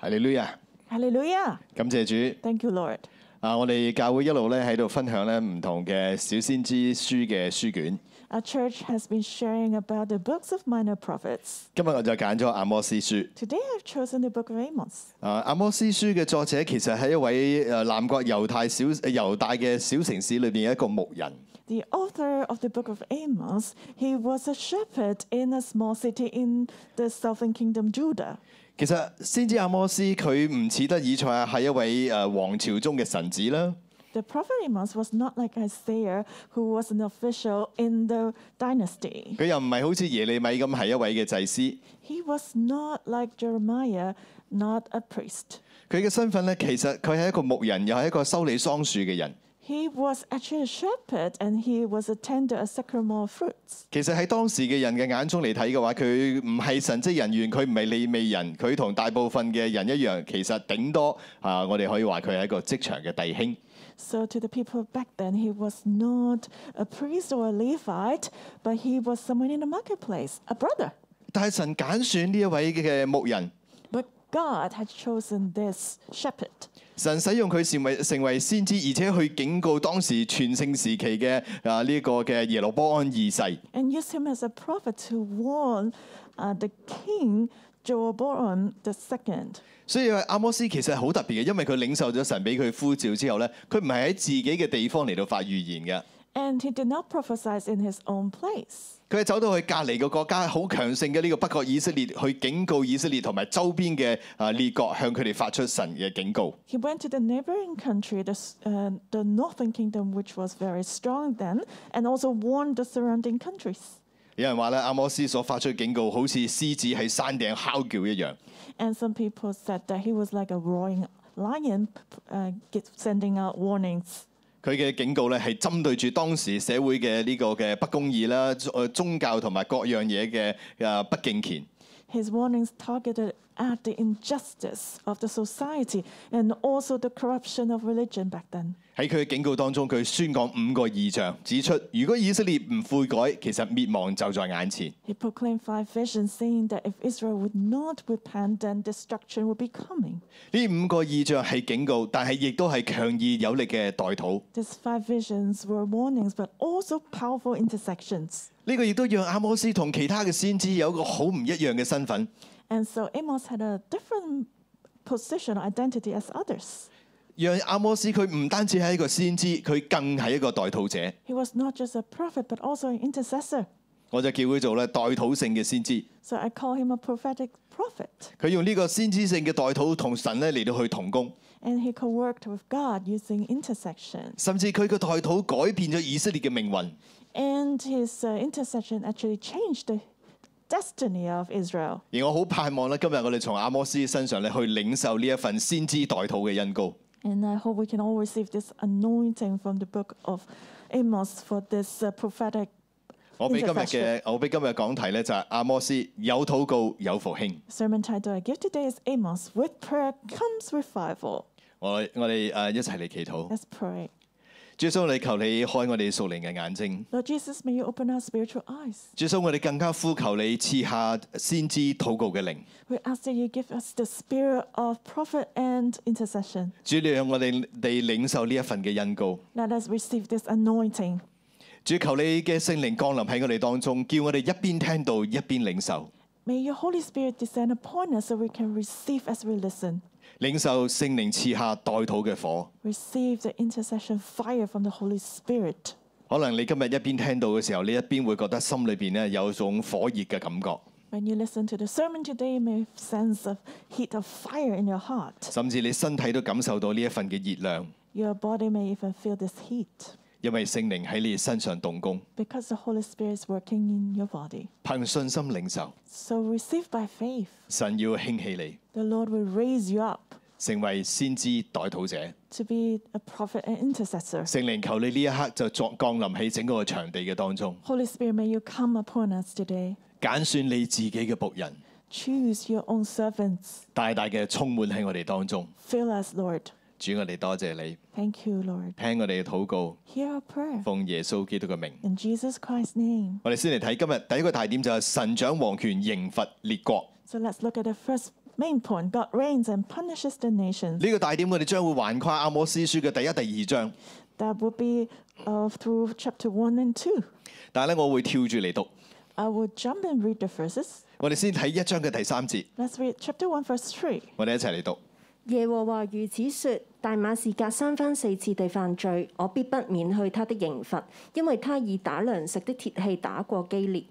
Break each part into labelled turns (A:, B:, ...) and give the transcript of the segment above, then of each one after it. A: 係利路亞，
B: Hallelujah.
A: 感謝主。
B: Thank you, Lord.
A: 啊，我哋教會一路咧喺度分享咧唔同嘅小先知書嘅書卷。
B: Our church has been sharing about the books of minor prophets.
A: 今日我就揀咗阿摩斯書。
B: Today I've chosen the book of Amos.
A: 啊，阿摩斯書嘅作者其實係一位誒南國猶太小呃猶大嘅小城市裏邊嘅一個牧人。
B: The author of the book of Amos, he was a shepherd in a small city in the southern kingdom Judah.
A: 其實先知阿摩斯佢唔似得以賽亞係一位誒王朝中嘅臣子啦。
B: The prophet Amos was not like Isaiah, who was an official in the dynasty.
A: 佢又唔係好似耶利米咁係一位嘅祭司。
B: He was not like Jeremiah, not a priest.
A: 佢嘅身份咧，其實佢係一個牧人，又係一個修理桑樹嘅人。
B: He was actually a shepherd and he was a tender of sycamore fruits.
A: 其實喺當時嘅人嘅眼中嚟睇嘅話，佢唔係神職人員，佢唔係利未人，佢同大部分嘅人一樣，其實頂多啊，我哋可以話佢係一個職場嘅弟兄。
B: So to the people back then, he was not a priest or a Levite, but he was someone in the marketplace, a brother.
A: 但係神揀選呢一位嘅牧人，
B: But God had chosen this shepherd.
A: 神使用佢成為成為先知，而且去警告當時全盛時期嘅啊呢一個嘅耶羅波安二世。
B: and used him as a prophet to warn uh, the king Jeroboam II.
A: 所以阿摩斯其實係好特別嘅，因為佢領受咗神俾佢呼召之後咧，佢唔係喺自己嘅地方嚟到發預言嘅。
B: And he did not prophesy in his own place.
A: 佢係走到去隔離個國家好強盛嘅呢個北國以色列，去警告以色列同埋周邊嘅啊列國，向佢哋發出神嘅警告。
B: He went to the neighboring country, the, s- uh, the northern kingdom, which was very strong then, and also warned the surrounding countries.
A: 有人話咧，阿摩斯所發出嘅警告好似獅子喺山頂哮叫一樣。
B: And some people said that he was like a roaring lion uh, get- sending out warnings.
A: 佢嘅警告咧係針對住當時社會嘅呢個嘅不公義啦、誒宗教同埋各樣嘢嘅誒不敬虔。
B: His warnings targeted at the injustice of the society and also the corruption of religion back then.
A: 喺佢嘅警告當中，佢宣講五個異象，指出如果以色列唔悔改，其實滅亡就在眼前。
B: He proclaimed five visions, saying that if Israel would not repent, then destruction would be coming.
A: 呢五個異象係警告，但係亦都係強而有力嘅代禱。
B: These five visions were warnings, but also powerful intersections.
A: 呢個亦都讓阿摩斯同其他嘅先知有一個好唔一樣嘅身份。
B: And so Amos had a different position or identity as others.
A: 讓阿摩斯佢唔單止係一個先知，佢更係一個代禱者。
B: He was not just a prophet, but also an intercessor.
A: 我就叫佢做咧代禱性嘅先知。
B: So I call him a prophetic prophet.
A: 佢用呢個先知性嘅代禱同神咧嚟到去同工，
B: And he co worked with God using intersection.
A: 甚至佢嘅代禱改變咗以色列嘅命運。
B: And his uh, intercession actually changed the destiny of Israel.
A: 而我好盼望咧，今日我哋從阿摩斯身上咧去領受呢一份先知代禱嘅恩膏。
B: And I hope we can all receive this anointing from the book of Amos for this uh, prophetic.
A: 我俾今日
B: intercession.
A: 嘅我俾今日嘅講題咧就係、阿摩斯有禱告有復興。
B: sermon title I give today is Amos with prayer comes revival.
A: 我我哋誒一齊嚟祈禱。
B: Let's pray.
A: 主耶穌，我哋求你開我哋屬靈嘅眼睛。
B: Lord Jesus, may you open our spiritual eyes.
A: 主耶穌，我哋更加呼求你賜下先知禱告嘅靈。
B: We ask that you give us the spirit of prophet and intercession.
A: 主，你讓我哋哋領受呢一份嘅恩膏。
B: Let us receive this anointing
A: 主，求你嘅聖靈降臨喺我哋當中，叫我哋一邊聽到一邊領受，
B: May your Holy Spirit descend upon us so we can receive as we listen.
A: 領受聖靈賜下代禱嘅火。
B: Receive the intercession fire from the Holy Spirit.
A: 可能你今日一邊聽到嘅時候，你一邊會覺得心裏邊咧有種火熱嘅感覺，
B: When you listen to the sermon today, you may sense a heat of fire in your heart.
A: 甚至你身體都感受到呢一份嘅熱量，
B: Your body may even feel this heat
A: 因為聖靈喺你身上動工，
B: because the Holy Spirit is working in your body.
A: 憑信心領受。
B: So receive by faith.
A: 神要興起你，
B: The Lord will raise you up
A: 成為先知代禱者。
B: to be a prophet and intercessor.
A: 聖靈求你呢一刻就作降臨喺整個場地嘅當中，
B: Holy Spirit, may you come upon us today.
A: 揀選你自己嘅仆人，
B: Choose your own servants.
A: 大大嘅充滿喺我哋當中。
B: Fill us, Lord.
A: 主，我哋多謝你，
B: Thank you, Lord.
A: 聽我哋嘅禱告，
B: Hear our prayer.
A: 奉耶穌基督嘅名。
B: In Jesus Christ's name.
A: 我哋先嚟睇今日第一個大點就係神掌王權，刑罰列國。
B: So let's look at the first main point God reigns and punishes the nations.
A: 呢個大點我哋將會橫跨阿摩斯書嘅第一、第二章，
B: That would be uh, through chapter 1 and 2.
A: 但係咧我會跳住嚟讀。
B: I will jump and read the verses.
A: 我哋先睇一章嘅第三節，
B: Let's read chapter 1, verse 3.
A: 我哋一齊嚟讀。
C: 耶和華如此說：大馬士革三番四次地犯罪，我必不免去他的刑罰，因為他以打糧食的鐵器打過基列。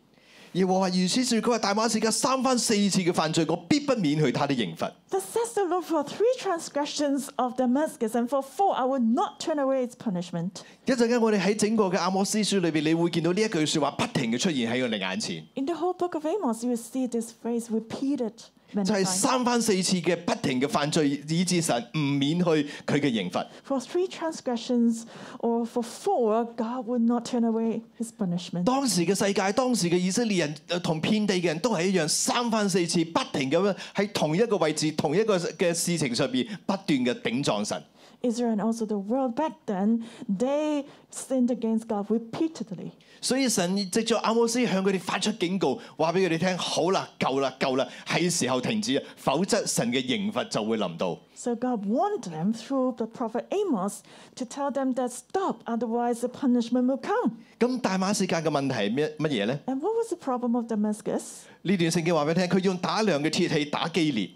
A: 耶和華如此説：佢話大馬士革三番四次嘅犯罪，我必不免去他的刑罰。
B: Thus says the Lord, for three transgressions of Damascus, and for four I will not turn away its punishment.
A: 一陣間我哋喺整個嘅阿摩斯書裏邊，你會見到呢一句説話不停嘅出現喺我哋眼前，
B: In the whole book of Amos, you will see this phrase repeated
A: 就
B: many
A: 係
B: times.
A: 三番四次嘅不停嘅犯罪，以致神唔免去佢嘅刑罰。
B: For three transgressions, or for four, God would not turn away his punishment.
A: 當時嘅世界，當時嘅以色列人呃同遍地嘅人都係一樣，三番四次不停咁樣喺同一個位置、同一個嘅事情上邊不斷嘅頂撞神。
B: Israel and also the world back then, they sinned against God repeatedly.
A: 所以神藉着阿摩斯向佢哋發出警告，話俾佢哋聽：好啦，夠啦，夠啦，係時候停止啦，否則神嘅刑罰就會臨到。
B: So God warned them through the prophet Amos to tell them that stop, otherwise the punishment will come.
A: 咁大馬士革嘅問題係咩乜嘢呢？
B: And what was the problem of Damascus?
A: 呢段聖經話俾你聽，佢用打量嘅鐵器打基列，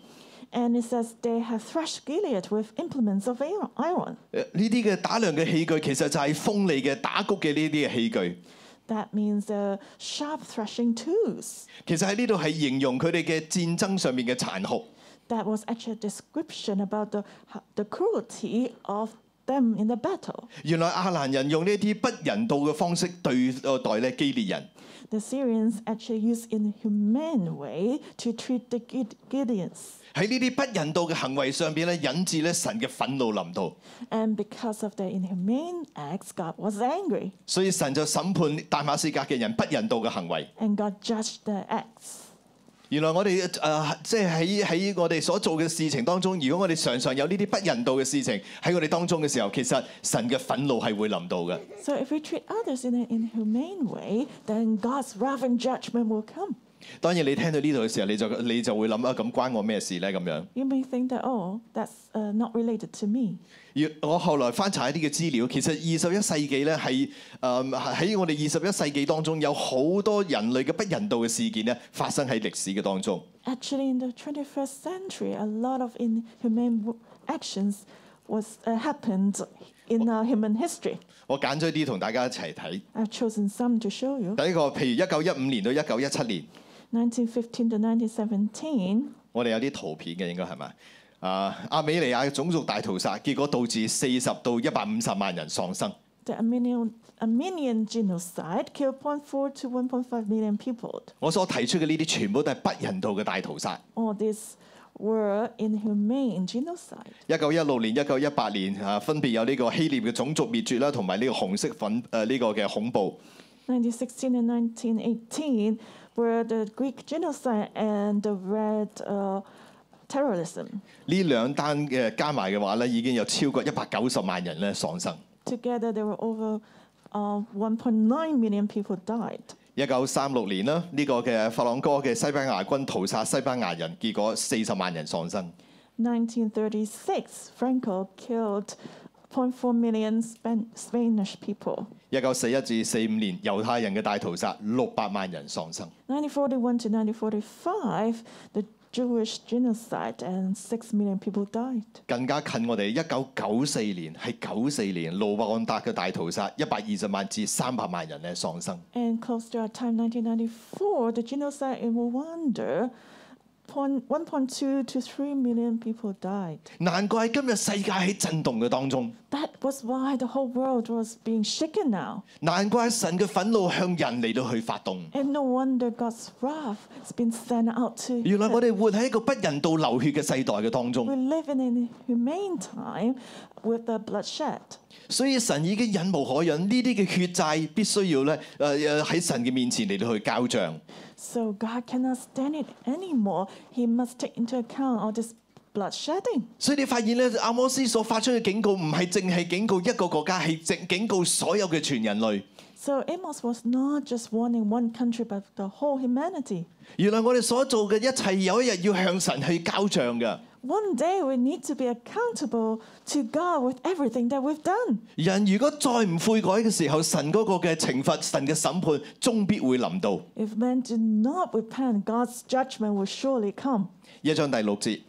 B: And it says they have thrashed Gilead with implements of iron- iron.
A: 呃呢啲嘅打量嘅器具其實就係鋒利嘅打谷嘅呢啲嘅器具。
B: That means the sharp threshing tools.
A: 其實喺呢度係形容佢哋嘅戰爭上面嘅殘酷。
B: That was actually a description about the, the cruelty of them in the battle.
A: 原來亞蘭人用呢啲不人道嘅方式對呃待咧基列人。
B: The Syrians actually used inhumane way to treat the Gide- Gideons.
A: 喺呢啲不人道嘅行為上邊咧，引致咧神嘅憤怒臨到，
B: And because of their inhumane acts, God was angry
A: 所以神就審判大馬士革嘅人不人道嘅行為。
B: and God judged their acts.
A: 原來我哋誒、呃即係喺喺我哋所做嘅事情當中，如果我哋常常有呢啲不人道嘅事情喺我哋當中嘅時候，其實神嘅憤怒係會臨到嘅。
B: So if we treat others in an inhumane way, then God's wrath and judgment will come.
A: 當然你聽到呢度嘅時候，你就你就會諗啊，咁關我咩事呢？咁樣。
B: You may think that, oh, that's uh, not related to me.
A: 而我後來翻查一啲嘅資料，其實二十一世紀咧係誒喺我哋二十一世紀當中，有好多人類嘅不人道嘅事件咧發生喺歷史嘅當中。
B: Actually, in the 21st century, a lot of inhumane w- actions was uh, happened in our human history.
A: 我揀咗啲同大家一齊睇。
B: I've chosen some to show you.
A: 第一個，譬如一九一五年到一九一七年，
B: 1915 to 1917,
A: 我哋有啲圖片嘅應該係咪？啊，亞美尼亞種族大屠殺，結果導致四十到一百五十萬人喪生。
B: the Armenian, Armenian genocide killed 0.4 to 1.5 million people.
A: 我所提出嘅呢啲全部都係不人道嘅大屠殺。
B: All these were inhumane genocide.
A: 一九一六年、一九一八年啊，分別有呢個希臘嘅種族滅絕啦，同埋呢個紅色粉誒呢個嘅恐怖。
B: 1916 and 1918 were the Greek genocide and the red uh, terrorism.
A: 呢兩單嘅加埋嘅話咧，已經有超過一百九十萬人咧喪生。
B: Together, there were over uh, 1.9 million people died.
A: 一九三六年啦，呢、個嘅法朗哥嘅西班牙軍屠殺西班牙人，結果四十萬人喪生。
B: 1936, Franco killed 0.4 million Span- Spanish people.
A: 一九四一至四五年猶太人嘅大屠殺，六百萬人喪生。
B: 1941 to 1945, the Jewish genocide, and 6 million people died.
A: 更加近我哋一九九四年，係九四年盧布安達嘅大屠殺，一百二十萬至三百萬人咧喪生。
B: And close to our time, 1994, the genocide in Rwanda, point- 1.2 to 3 million people died.
A: 難怪今日世界喺震動嘅當中，
B: That was why the whole world was being shaken now.
A: 難怪神嘅憤怒向人嚟到去發動。
B: And no wonder God's wrath has been sent out to
A: 原來
B: human.
A: 我哋活喺一個不人道流血嘅世代嘅當
B: We
A: 中，
B: live in an inhumane time with the bloodshed.
A: 所以神已經忍無可忍，呢啲嘅血債必須要咧誒誒喺神嘅面前嚟到去交帳。
B: So God cannot stand it anymore. He must take into account all this bloodshedding.
A: 所以你發現咧，阿摩斯所發出嘅警告唔係淨係警告一個國家，係直警告所有嘅全人類。
B: So Amos was not just warning one country, but the whole humanity.
A: 原來我哋所做嘅一切，有一日要向神去交帳㗎。
B: One day we need to be accountable to God with everything that we've done.
A: 人如果再唔悔改嘅時候，神嗰個嘅懲罰、神嘅審判，終必會臨到。
B: If men do not repent, God's judgment will surely come.
A: 一章第六節，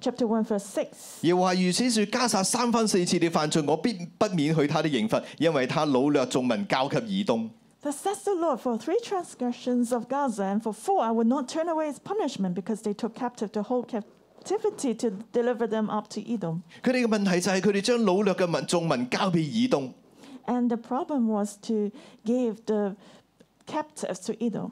B: Chapter 1, verse 6.
A: 耶和華如此說：加撒三番四次地犯罪，我必不免去他的刑罰，因為他掳掠眾民交給以東。
B: Thus says the Lord, for three transgressions of Gaza, and for four I will not turn away his punishment, because they took captive the whole captivity to deliver them up to Edom.
A: 佢哋嘅問題就係佢哋將掳掠嘅民眾民交俾以東。
B: And the problem was to give the captives to Edom.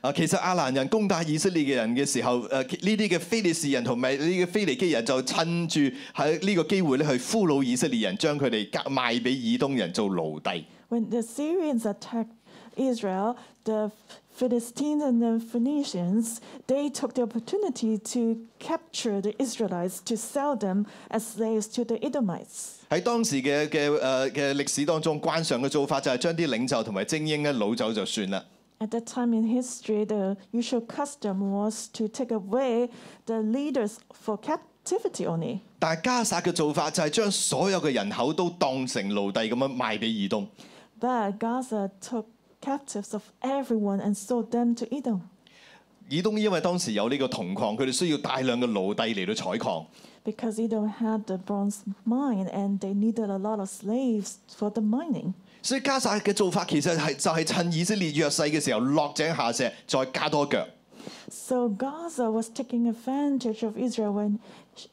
A: 啊，其實亞蘭人攻打以色列嘅人嘅時候，誒呃呢啲嘅非利士人同埋呢啲嘅非利基人就趁住喺呢個機會咧去俘虜以色列人，將佢哋交賣俾以東人做奴隸。
B: When the Syrians attacked Israel, the Philistines and the Phoenicians, they took the opportunity to capture the Israelites to sell them as slaves to the Edomites.
A: 喺當時嘅嘅誒嘅歷史當中，慣常嘅做法就係將啲領袖同埋精英咧擄走就算啦。
B: At that time in history, the usual custom was to take away the leaders for captivity only.
A: 但係加撒嘅做法就係將所有嘅人口都當成奴隸咁樣賣俾以東。
B: But Gaza took captives of everyone and sold them to Edom.
A: 以東因為當時有呢個銅礦，佢哋需要大量嘅奴隸嚟到採礦。
B: because Edom had the bronze mine and they needed a lot of slaves for the mining.
A: 所以加撒嘅做法其實係就係趁以色列弱勢嘅時候落井下石，再加多腳。
B: So Gaza was taking advantage of Israel when,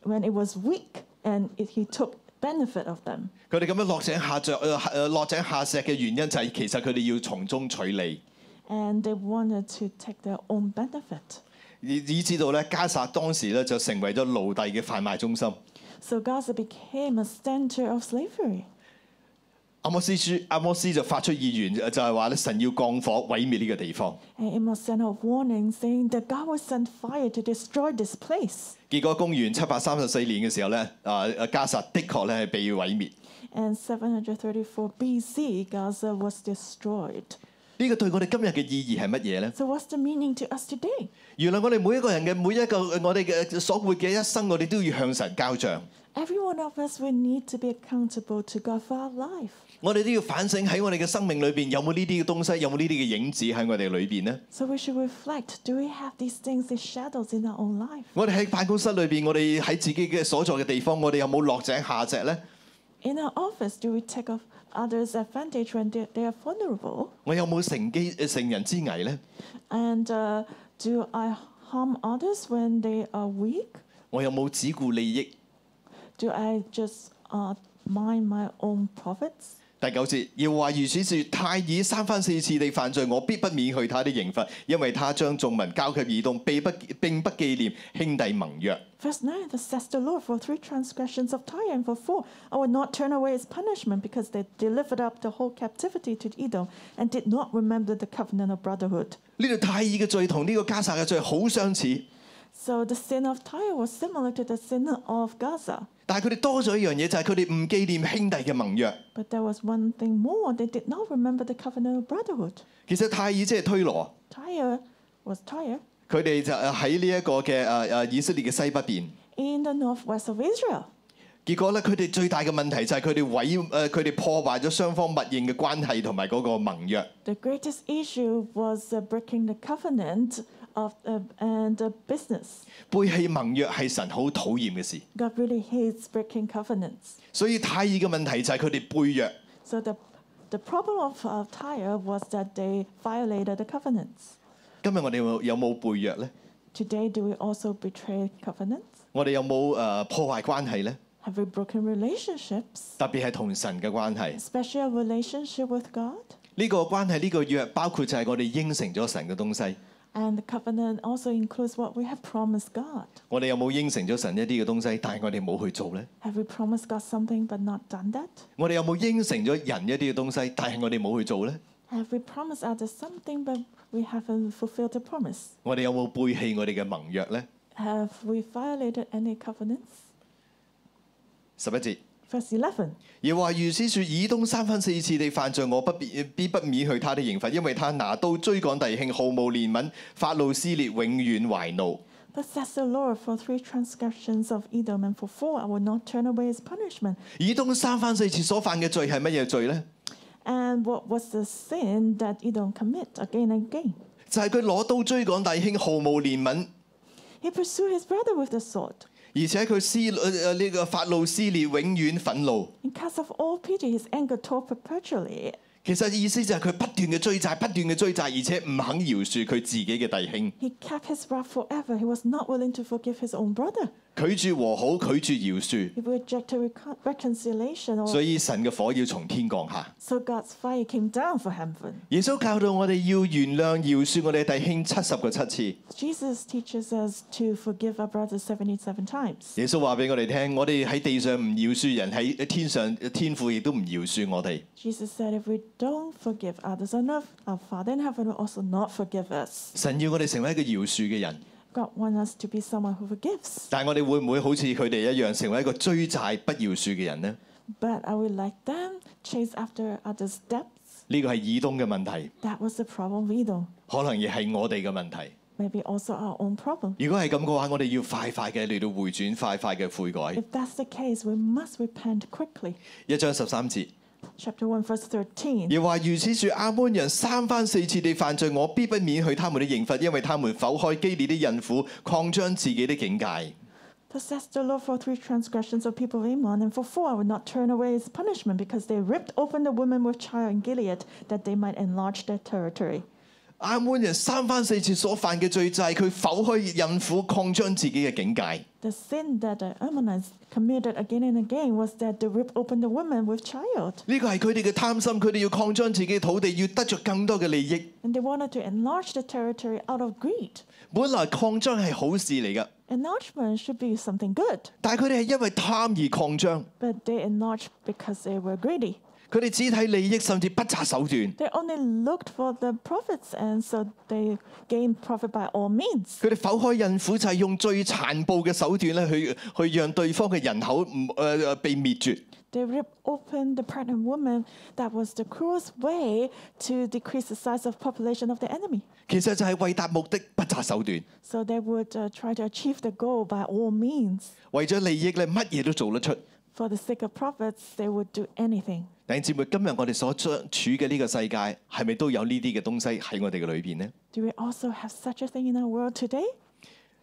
B: when it was weak and it, he took benefit of them.
A: 佢哋咁樣落井下著，誒、誒落井下石嘅原因就係其實佢哋要從中取利，
B: And they wanted to take their own benefit.
A: 以以至到咧加撒當時咧就成為咗奴隸嘅販賣中心。
B: So Gaza became a center of slavery.
A: 阿摩斯書阿摩斯就發出意願，就係話咧神要降火毀滅呢個地方。
B: And it must send a warning saying that God will send fire to destroy this place.
A: 結果公元七百三十四年嘅時候咧，啊加撒的確咧係被毀滅。
B: And 734 BC, Gaza was destroyed.
A: 呢、個對我哋今日嘅意義係乜嘢呢？
B: So, what's the meaning to us today?
A: 原來我哋每一個人嘅每一個呃我哋嘅所活嘅一生，我哋都要向神交帳。
B: Every one of us will need to be accountable to God for our life.
A: 我哋都要反省喺我哋嘅生命裏邊有冇呢啲嘅東西，有冇呢啲嘅影子喺我哋裏邊呢？
B: So we should reflect do we have these things, these shadows in our own life?
A: 我哋喺辦公室裏邊，我哋喺自己嘅所在嘅地方，我哋有冇落井下石呢？
B: In our office, do we take of others' advantage when they, they are vulnerable?
A: 我有冇乘機呃乘人之危呢？
B: And uh, do I harm others when they are weak?
A: 我有冇只顧利益？
B: Do I just uh, mind my own profits?
A: 第九節，要話如此説：太爾三番四次地犯罪，我必不免去他的刑罰，因為他將眾民交給以東，並不並不記念兄弟盟約。
B: Verse 9 Thus says the Lord, for three transgressions of Tyre and for four, I will not turn away his punishment because they delivered up the whole captivity to Edom and did not remember the covenant of brotherhood.
A: 呢度太爾嘅罪同呢個加撒嘅罪好相似，
B: So the sin of Tyre was similar to the sin of Gaza.
A: 但係佢哋多咗一樣嘢，就係佢哋唔紀念兄弟嘅盟約。
B: But there was one thing more they did not remember the covenant of brotherhood.
A: 其實太爾即係推羅，
B: Tyre was Tyre
A: 佢哋就誒喺呢一個嘅誒誒以色列嘅西北邊。
B: in the northwest of Israel.
A: 結果咧，佢哋最大嘅問題就係佢哋毀誒佢哋破壞咗雙方默認嘅關係同埋嗰個盟約。
B: The greatest issue was uh, breaking the covenant of uh, and uh, business.
A: 背棄盟約係神好討厭嘅事，
B: God really hates breaking covenants.
A: 所以太爾嘅問題就係佢哋背約。
B: So the the problem of uh, Tyre was that they violated the covenants.
A: 今日我哋有有冇背約呢？
B: Today, do we also betray covenants?
A: 我哋有冇誒破壞關係呢？
B: Have we broken relationships?
A: 特別係同神嘅關係。
B: especially a relationship with God.
A: 呢個關係呢個約包括就係我哋應承咗神嘅東西。
B: And the covenant also includes what we have promised God.
A: 我哋有冇應承咗神一啲嘅東西，但係我哋冇去做呢？
B: Have we promised God something but not done that?
A: 我哋有冇應承咗人一啲嘅東西，但係我哋冇去做呢？
B: Have we promised others something but we haven't fulfilled the promise?
A: 我哋有冇背棄我哋嘅盟約呢？
B: Have we violated any covenants?
A: 十一節，
B: Verse 11
A: 耶和華如此説：以東三番四次地犯罪，我不必必不免去他的刑罰，因為他拿刀追趕弟兄，毫無憐憫，發怒撕裂，永遠懷怒。
B: But says the Lord, for three transgressions of Edom and for four, I will not turn away his punishment.
A: 以東三番四次所犯嘅罪係乜嘢罪呢？
B: And what was the sin that Edom commit again and again?
A: 就係佢攞刀追趕弟兄，毫無憐憫，
B: He pursued his brother with the sword
A: 而且佢撕誒呢個發怒撕裂，永遠憤怒。
B: and cast off all pity. His anger tore perpetually.
A: 其實意思就係佢不斷嘅追債，不斷嘅追債，而且唔肯饒恕佢自己嘅弟兄，
B: He kept his wrath forever. He was not willing to forgive his own brother.
A: 拒絕和好，拒絕饒恕，
B: He rejected recon- reconciliation. Or
A: 所以神嘅火要從天降下。
B: so God's fire came down for heaven.
A: 耶穌教導我哋要原諒、饒恕我哋弟兄七十個七次。
B: Jesus teaches us to forgive our brothers 77 times.
A: 耶穌話俾我哋聽，我哋喺地上唔饒恕人，喺呃天上天父亦都唔饒恕我哋。
B: Jesus said, if we don't forgive others on earth, our Father in heaven will also not forgive us.
A: 神要我哋成為一個饒恕嘅人，
B: God wants us to be someone who forgives.
A: 但係我哋會唔會好似佢哋一樣，成為一個追債不饒恕嘅人呢？
B: But are we like them, chase after others' debts?
A: 呢個係以東嘅問題，
B: That was the problem we do.
A: 可能亦係我哋嘅問題。
B: Maybe also our own problem.
A: 如果係咁嘅話，我哋要快快嘅嚟到回轉，快快嘅悔改。
B: If that's the case, we must repent quickly.
A: 一章十三節，
B: Chapter 1, verse 13.
A: 耶和華如此説：亞捫人三番四次地犯罪，我必不免去他們的刑罰，因為他們剖開基列的孕婦，擴張自己的境界。
B: Possessed the Lord for three transgressions of people of Ammon, and for four I would not turn away his punishment, because they ripped open the women with child in Gilead, that they might enlarge their territory.
A: 亞捫人三番四次所犯嘅罪就係佢剖開孕婦，擴張自己嘅境界。
B: The sin that the Ammonites committed again and again was that they ripped open the women with child,
A: 呢個係佢哋嘅貪心，佢哋要擴張自己嘅土地，要得着更多嘅利益。
B: and they wanted to enlarge the territory out of greed.
A: 本來擴張係好事嚟㗎，
B: Enlargement should be something good,
A: 但係佢哋係因為貪而擴張，
B: but they enlarged because they were greedy.
A: 佢哋只睇利益，甚至不擇手段。
B: They only looked for the profits, and so they gained profit by all means.
A: 佢哋剖開孕婦就係用最殘暴嘅手段咧，去去讓對方嘅人口唔誒被滅絕。
B: They ripped open the pregnant woman. That was the cruelest way to decrease the size of population of the enemy.
A: 其實就係為達目的不擇手段，
B: So they would uh, try to achieve the goal by all means.
A: 為咗利益咧，乜嘢都做得出。
B: For the sake of profits, they would do anything.
A: 弟兄姊妹，今日我哋所將處嘅呢個世界，係咪都有呢啲嘅東西喺我哋嘅裏邊呢？
B: Do we also have such a thing in our world today?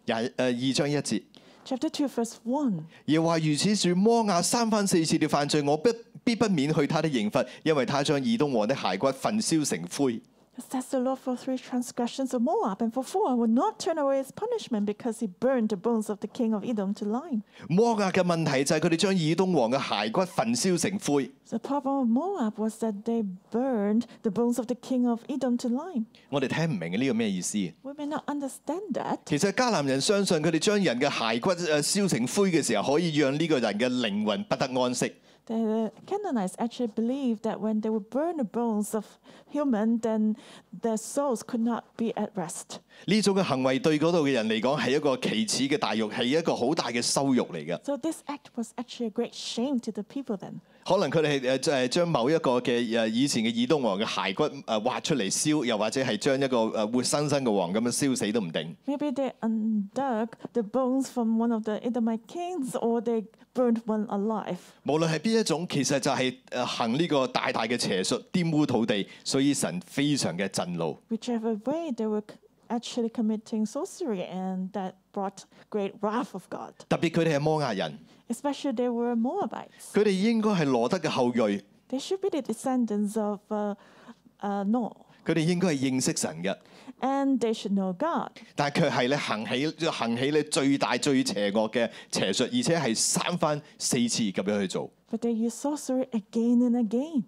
A: 廿誒二章一節，
B: Chapter 2, verse 1.
A: 耶和華如此説：摩亞三番四次嘅犯罪，我不必不免去他的刑罰，因為他將以東王的骸骨焚燒成灰。
B: It says the Lord for three transgressions of Moab, and for four I will not turn away his punishment because he burned the bones of the king of Edom to lime.
A: 摩亞嘅問題就係佢哋將以東王嘅骸骨焚燒成灰。
B: The problem of Moab was that they burned the bones of the king of Edom to lime.
A: 我哋聽唔明嘅呢個咩意思？
B: We may not understand that.
A: 其實迦南人相信佢哋將人嘅骸骨誒燒成灰嘅時候，可以讓呢個人嘅靈魂不得安息。
B: The Canaanites actually believed that when they would burn the bones of human, then their souls could not be at rest.
A: 呢種嘅行為對嗰度嘅人嚟講係一個奇恥嘅大辱，係一個好大嘅羞辱嚟嘅。
B: So this act was actually a great shame to the people then.
A: 可能佢哋係誒就係將某一個嘅誒以前嘅以東王嘅骸骨誒挖出嚟燒，又或者係將一個誒活生生嘅王咁樣燒死都唔定。
B: Maybe they undug the bones from one of the Edomite kings or they burned one alive.
A: 無論係邊一種，其實就係誒行呢個大大嘅邪術，玷污土地，所以神非常嘅震怒。
B: Whichever way, they were c- actually committing sorcery, and that brought great wrath of God.
A: 特別佢哋係摩亞人，
B: Especially they were Moabites.
A: 佢哋應該係羅德嘅後裔。
B: They should be the descendants of uh, uh, Noah.
A: 佢哋應該係認識神嘅，
B: and they should know God.
A: 但係卻係咧行起行起咧最大最邪惡嘅邪術，而且係三番四次咁樣去做。
B: But they use sorcery again and again.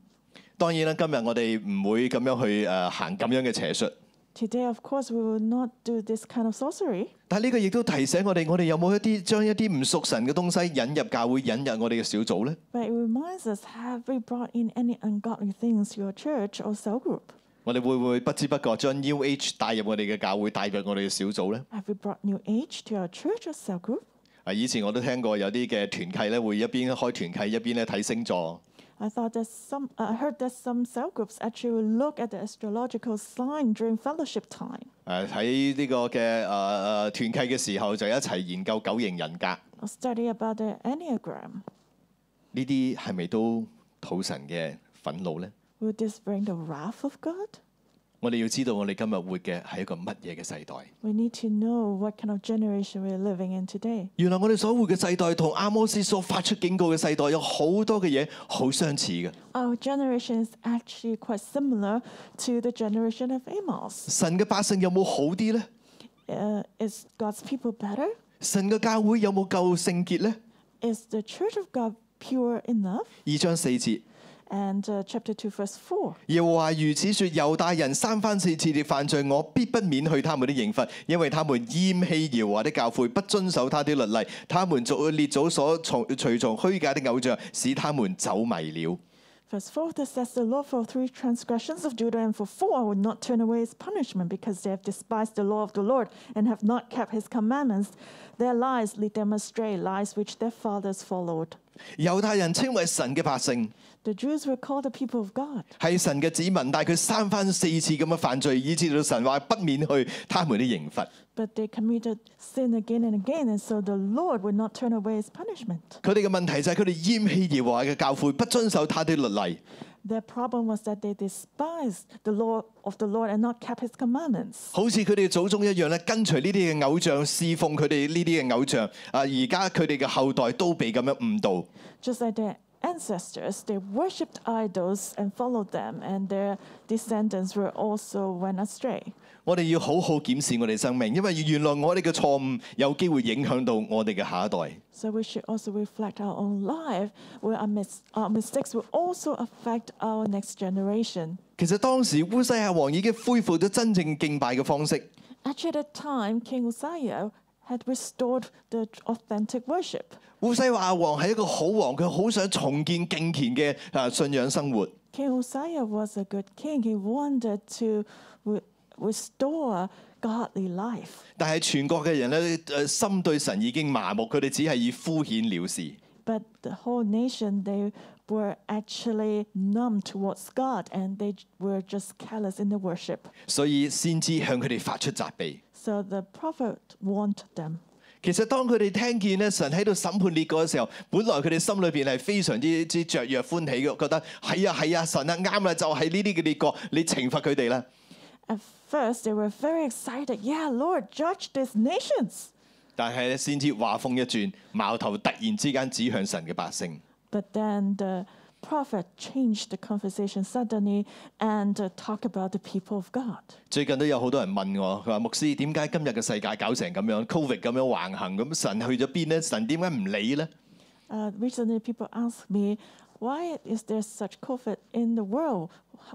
A: 當然啦，今日我哋唔會咁樣去誒、呃行咁樣嘅邪術，
B: Today, of course, we will not do this kind of sorcery.
A: 但係呢個亦都提醒我哋，我哋有冇一啲將一啲唔屬神嘅東西引入教會，引入我哋嘅小組呢？
B: But it reminds us have we brought in any ungodly things to your church or cell group?
A: 我哋會唔會不知不覺將 New Age 帶入我哋嘅教會，帶入我哋嘅小組呢？
B: Have we brought new age to your church or cell group?
A: 啊，以前我都聽過有啲嘅團契咧，會一邊開團契一邊咧睇星座。
B: I thought that some I heard that some cell groups actually will look at the astrological sign during fellowship time.
A: 誒啊喺呢個嘅誒誒團契嘅時候，就一齊研究九型人格。
B: I'll study about the enneagram.
A: 呢啲係咪都討神嘅憤怒呢？
B: Will this bring the wrath of God?
A: 我哋要知道，我哋今日活嘅係一個乜嘢嘅世代？
B: We need to know what kind of generation we're living in today.
A: 原來我哋所活嘅世代同阿摩斯所發出警告嘅世代有好多嘅嘢好相似嘅。
B: Our generation is actually quite similar to the generation of Amos.
A: 神嘅百姓有冇好啲呢？
B: Uh, is God's people better?
A: 神嘅教會有冇夠聖潔呢？
B: Is the church of God pure enough?
A: 二章四節，
B: And uh, chapter 2, verse 4.
A: 耶和華如此說：猶大人三番四次地犯罪，我必不免去他們的刑罰，因為他們厭棄耶和華的教誨，不遵守他的律例。他們祖列祖所從隨從虛假的偶像，使他們走迷了。
B: Verse 4 that says, The law for three transgressions of Judah and for four I will not turn away his punishment because they have despised the law of the Lord and have not kept his commandments. Their lies lead them astray, lies which their fathers followed.
A: 猶太人稱為神嘅百姓，
B: The Jews were called the people of God.
A: 係神嘅子民，但係佢三番四次咁樣犯罪，以致到神話不免去他們的刑罰。
B: But they committed sin again and again, and so the Lord would not turn away his punishment.
A: 佢哋嘅問題就係佢哋厭棄耶和華嘅教誨，不遵守他的律例。
B: Their problem was that they despised the law of the Lord and not kept his commandments.
A: 好似佢哋嘅祖宗一樣咧，跟隨呢啲嘅偶像，侍奉佢哋呢啲嘅偶像。啊，而家佢哋嘅後代都被咁樣誤導。
B: Just like their ancestors, they worshipped idols and followed them, and their descendants were also went astray.
A: 我哋要好好檢視我哋生命，因為原來我哋嘅錯誤有機會影響到我哋嘅下一代。
B: So we should also reflect our own life, where our, mis- our mistakes will also affect our next generation.
A: 其實當時烏西亞王已經恢復咗真正敬拜嘅方式，
B: Actually, at that time, King Uzziah had restored the authentic worship.
A: 烏西亞王係一個好王，佢好想重建敬虔嘅啊信仰生活。
B: King Uzziah was a good king. He wanted to re- restore godly life.
A: 但係全國嘅人咧，誒心對神已經麻木，佢哋只係以敷衍了事。
B: But the whole nation, they were actually numb towards God and they j- were just callous in their worship.
A: 所以先知向佢哋發出責備。
B: So the prophet warned them.
A: 其實當佢哋聽見咧神喺度審判列國嘅時候，本來佢哋心裏邊係非常之之雀躍歡喜嘅，覺得係啊係啊，神啊啱啦，就係呢啲嘅列國，你懲罰佢哋啦。
B: At first, they were very excited. Yeah, Lord, judge these nations.
A: 但係咧先知話風一轉，矛頭突然之間指向神嘅百姓。
B: But then the prophet changed the conversation suddenly and uh, talked about the people of God.
A: 最近都有好多人問我，佢話牧師點解今日嘅世界搞成咁樣，Covid 咁樣橫行，咁神去咗邊呢？神點解唔理呢？
B: Uh, recently, people ask me, why is there such COVID in the world?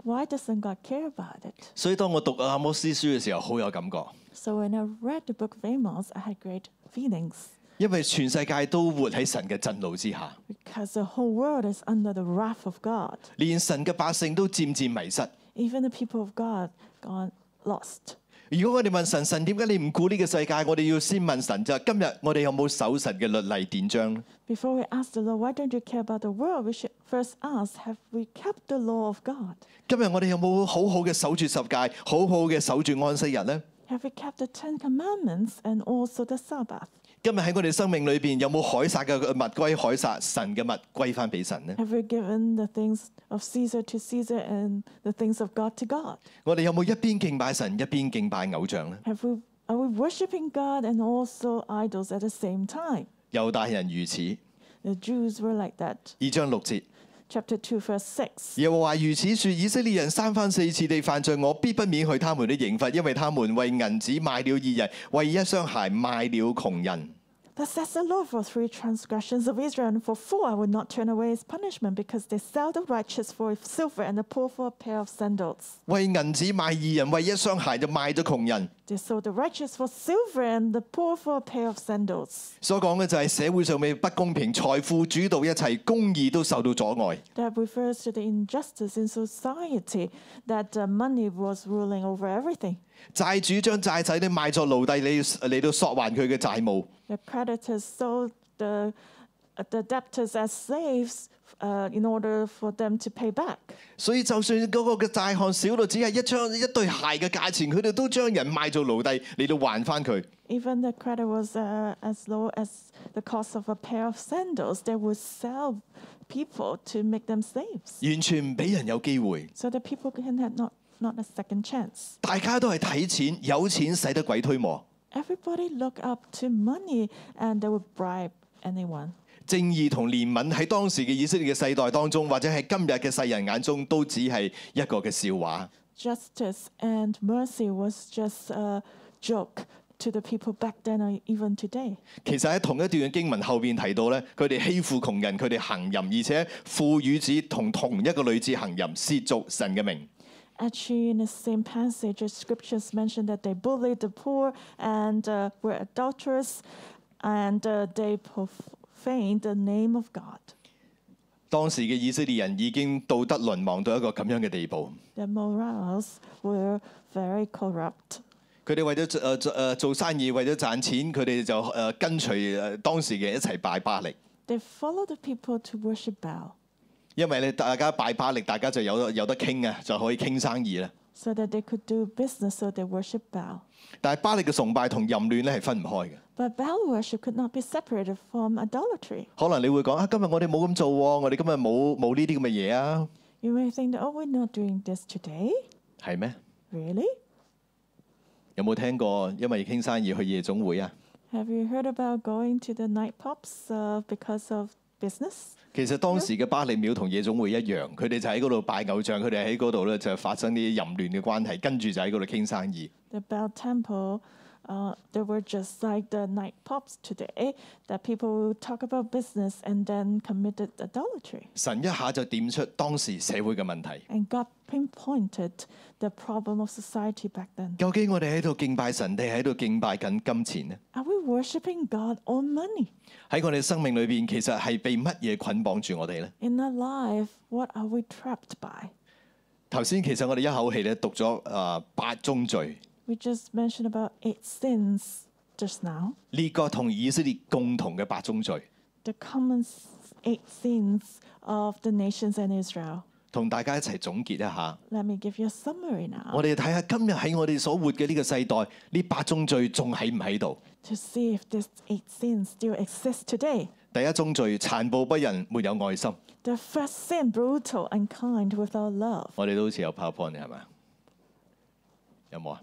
B: Why doesn't God care about it?
A: 所以當我讀阿摩斯書嘅時候，好有感覺，
B: So when I read the book of Amos, I had great feelings
A: 因為全世界都活喺神嘅震怒之下，
B: because the whole world is under the wrath of God.
A: 連神嘅百姓都漸漸迷失。
B: Even the people of God gone lost.
A: 如果我哋問神，神點解你唔顧呢個世界？我哋要先問神就係今日我哋有冇守神嘅律例典章呢
B: Before we ask the Lord, why don't you care about the world? We should first ask, have we kept the law of God?
A: 今日我哋有冇好好嘅守住十戒，好好嘅守住安息日呢？
B: Have we kept the Ten Commandments and also the Sabbath?
A: 今日喺我哋生命裏邊有冇凱撒嘅呃物歸凱撒，神嘅物歸翻俾神呢？
B: Have we given the things of Caesar to Caesar and the things of God to God?
A: 我哋有冇一邊敬拜神，一邊敬拜偶像呢？
B: Have we are we worshiping God and also idols at the same time?
A: 猶大人如此，
B: The Jews were like that.
A: 二章六節。
B: Chapter 2, verse 6.
A: 耶和華如此說：以色列人三番四次地犯罪，我必不免去他們的刑罰，因為他們為銀子賣了義人，為一雙鞋賣了窮人。
B: That says the Lord for three transgressions of Israel, and for four I would not turn away his punishment, because they sell the righteous for silver and the poor for a pair of sandals.
A: 為銀子賣義人，為一雙鞋就賣咗窮人。
B: They sold the righteous for silver and the poor for a pair of sandals.
A: 所講嘅就係社會上面不公平，財富主導一切，公義都受到阻礙。
B: That refers to the injustice in society that uh, money was ruling over everything.
A: 債主將債仔咧賣作奴隸，你嚟到索還佢嘅債務。
B: The predators sold the, uh, the debtors as slaves uh, in order for them to pay back.
A: 所以就算嗰個嘅債項少到只係一張一對鞋嘅價錢，佢哋都將人賣做奴隸嚟到還翻佢。
B: Even the credit was uh, as low as the cost of a pair of sandals, they would sell people to make them slaves.
A: 完全唔俾人有機會。
B: So the people can have not, not a second chance.
A: 大家都係睇錢，有錢使得鬼推磨。
B: Everybody look up to money and they would bribe anyone.
A: 正義同憐憫喺當時嘅以色列嘅世代當中，或者喺今日嘅世人眼中，都只係一個嘅笑話。
B: Justice and mercy was just a joke to the people back then or even today.
A: 其實喺同一段嘅經文後邊提到咧，佢哋欺負窮人，佢哋行淫，而且父與子同同一個女子行淫，褻瀆神嘅名。
B: Actually, in the same passage, the scriptures mention that they bullied the poor and uh, were adulterous and uh, they profaned the name of God.
A: 當時嘅以色列人已經道德淪亡到一個咁樣嘅地步，
B: Their morals were very corrupt.
A: 佢哋為咗誒誒做生意，為咗賺錢，佢哋就誒、呃跟隨誒當時嘅一齊拜巴力，
B: They followed the people to worship Baal
A: 因為咧大家拜巴力，大家就有有得傾啊，就可以傾生意啦。
B: so that they could do business, so they worship Baal.
A: 但係巴力嘅崇拜同淫亂咧係分唔開嘅。
B: But Baal worship could not be separated from idolatry.
A: 可能你會講啊，今日我哋冇咁做喎，我哋今日冇冇呢啲咁嘅嘢啊，
B: You may think that, oh, we're not doing this today.
A: 係咩？
B: Really?
A: 有冇聽過因為傾生意去夜總會啊？
B: Have you heard about going to the night pubs uh, because of business?
A: 其實當時嘅巴力廟同夜總會一樣，佢哋就喺嗰度拜偶像，佢哋喺嗰度咧就發生啲淫亂嘅關係，跟住就喺嗰度傾生意。
B: The Baal temple, uh, they were just like the night pubs today, that people will talk about business and then committed adultery.
A: 神一下就點出當時社會嘅問題。
B: And God pinpointed the problem of society back then.
A: 究竟我哋喺度敬拜神定係喺度敬拜緊金錢呢？
B: Are we worshiping God or money?
A: 喺我哋生命裏邊，其實係被乜嘢捆綁住我哋呢？
B: In our life, what are we trapped by?
A: 頭先其實我哋一口氣咧讀咗啊八宗罪，
B: We just mentioned about eight sins just now.
A: 列國同以色列共同嘅八宗罪，
B: the common s- eight sins of the nations and Israel.
A: 同大家一齊總結一下。
B: Let me give you a summary now
A: 我哋睇下今日喺我哋所活嘅呢個世代，呢八宗罪仲喺唔喺度？
B: to see if these eight sins still exist today.
A: 第一宗罪殘暴不仁，沒有愛心。
B: The first sin, brutal, unkind, without love.
A: 我哋都好似有 PowerPoint 嘅係咪？有冇啊？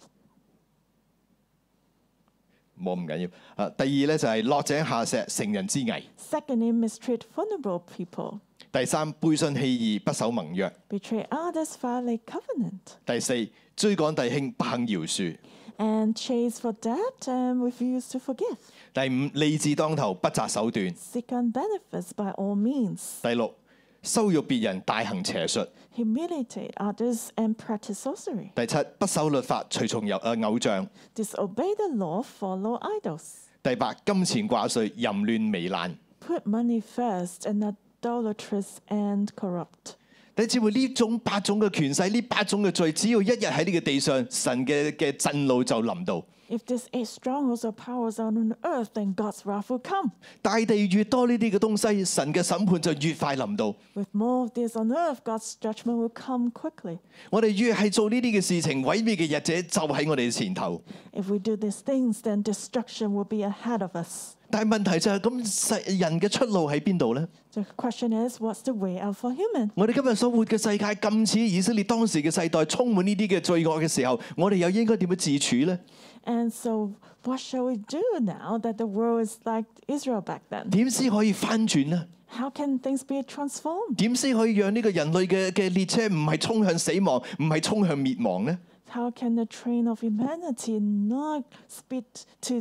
A: 冇唔緊要。啊，第二咧就係落井下石，成人之危；
B: Secondly, mistreat vulnerable people,
A: 第三背信棄義，不守盟約；
B: betray others, violate covenant,
A: 第四追趕弟兄，不肯饒恕；
B: and chase for debt and refuse to forgive.
A: 第五利字當頭，不擇手段；
B: Seek on benefits by all means.
A: 第六羞辱別人，大行邪術；
B: Humiliate others and practice sorcery.
A: 第七不守律法，隨從遊誒偶像。
B: Disobey the law, follow idols.
A: 第八，金錢掛帥，淫亂糜爛。
B: put money first and idolatrous and corrupt.
A: 弟兄姊妹，呢種八種嘅權勢，呢八種嘅罪，只要一日喺呢個地上，神嘅嘅震怒就臨到。
B: If these eight strongholds or powers are on earth, then God's wrath will come.
A: 大地越多呢啲嘅東西，神嘅審判就越快臨到。
B: With more of this on earth, God's judgment will come quickly.
A: 我哋越係做呢啲嘅事情，毀滅嘅日子就喺我哋前頭。
B: If we do these things, then destruction will be ahead of us.
A: 但係問題就係、咁世人嘅出路喺邊度呢？
B: The question is, what's the way out for human?
A: 我哋今日所活嘅世界咁似以色列當時嘅世代，充滿呢啲嘅罪惡嘅時候，我哋又應該點樣自處呢？
B: And so, what shall we do now that the world is like Israel back then?
A: 點先可以翻轉呢？
B: How can things be transformed?
A: 點先可以讓呢個人類嘅嘅列車唔係衝向死亡，唔係衝向滅亡呢？
B: How can the train of humanity not speed to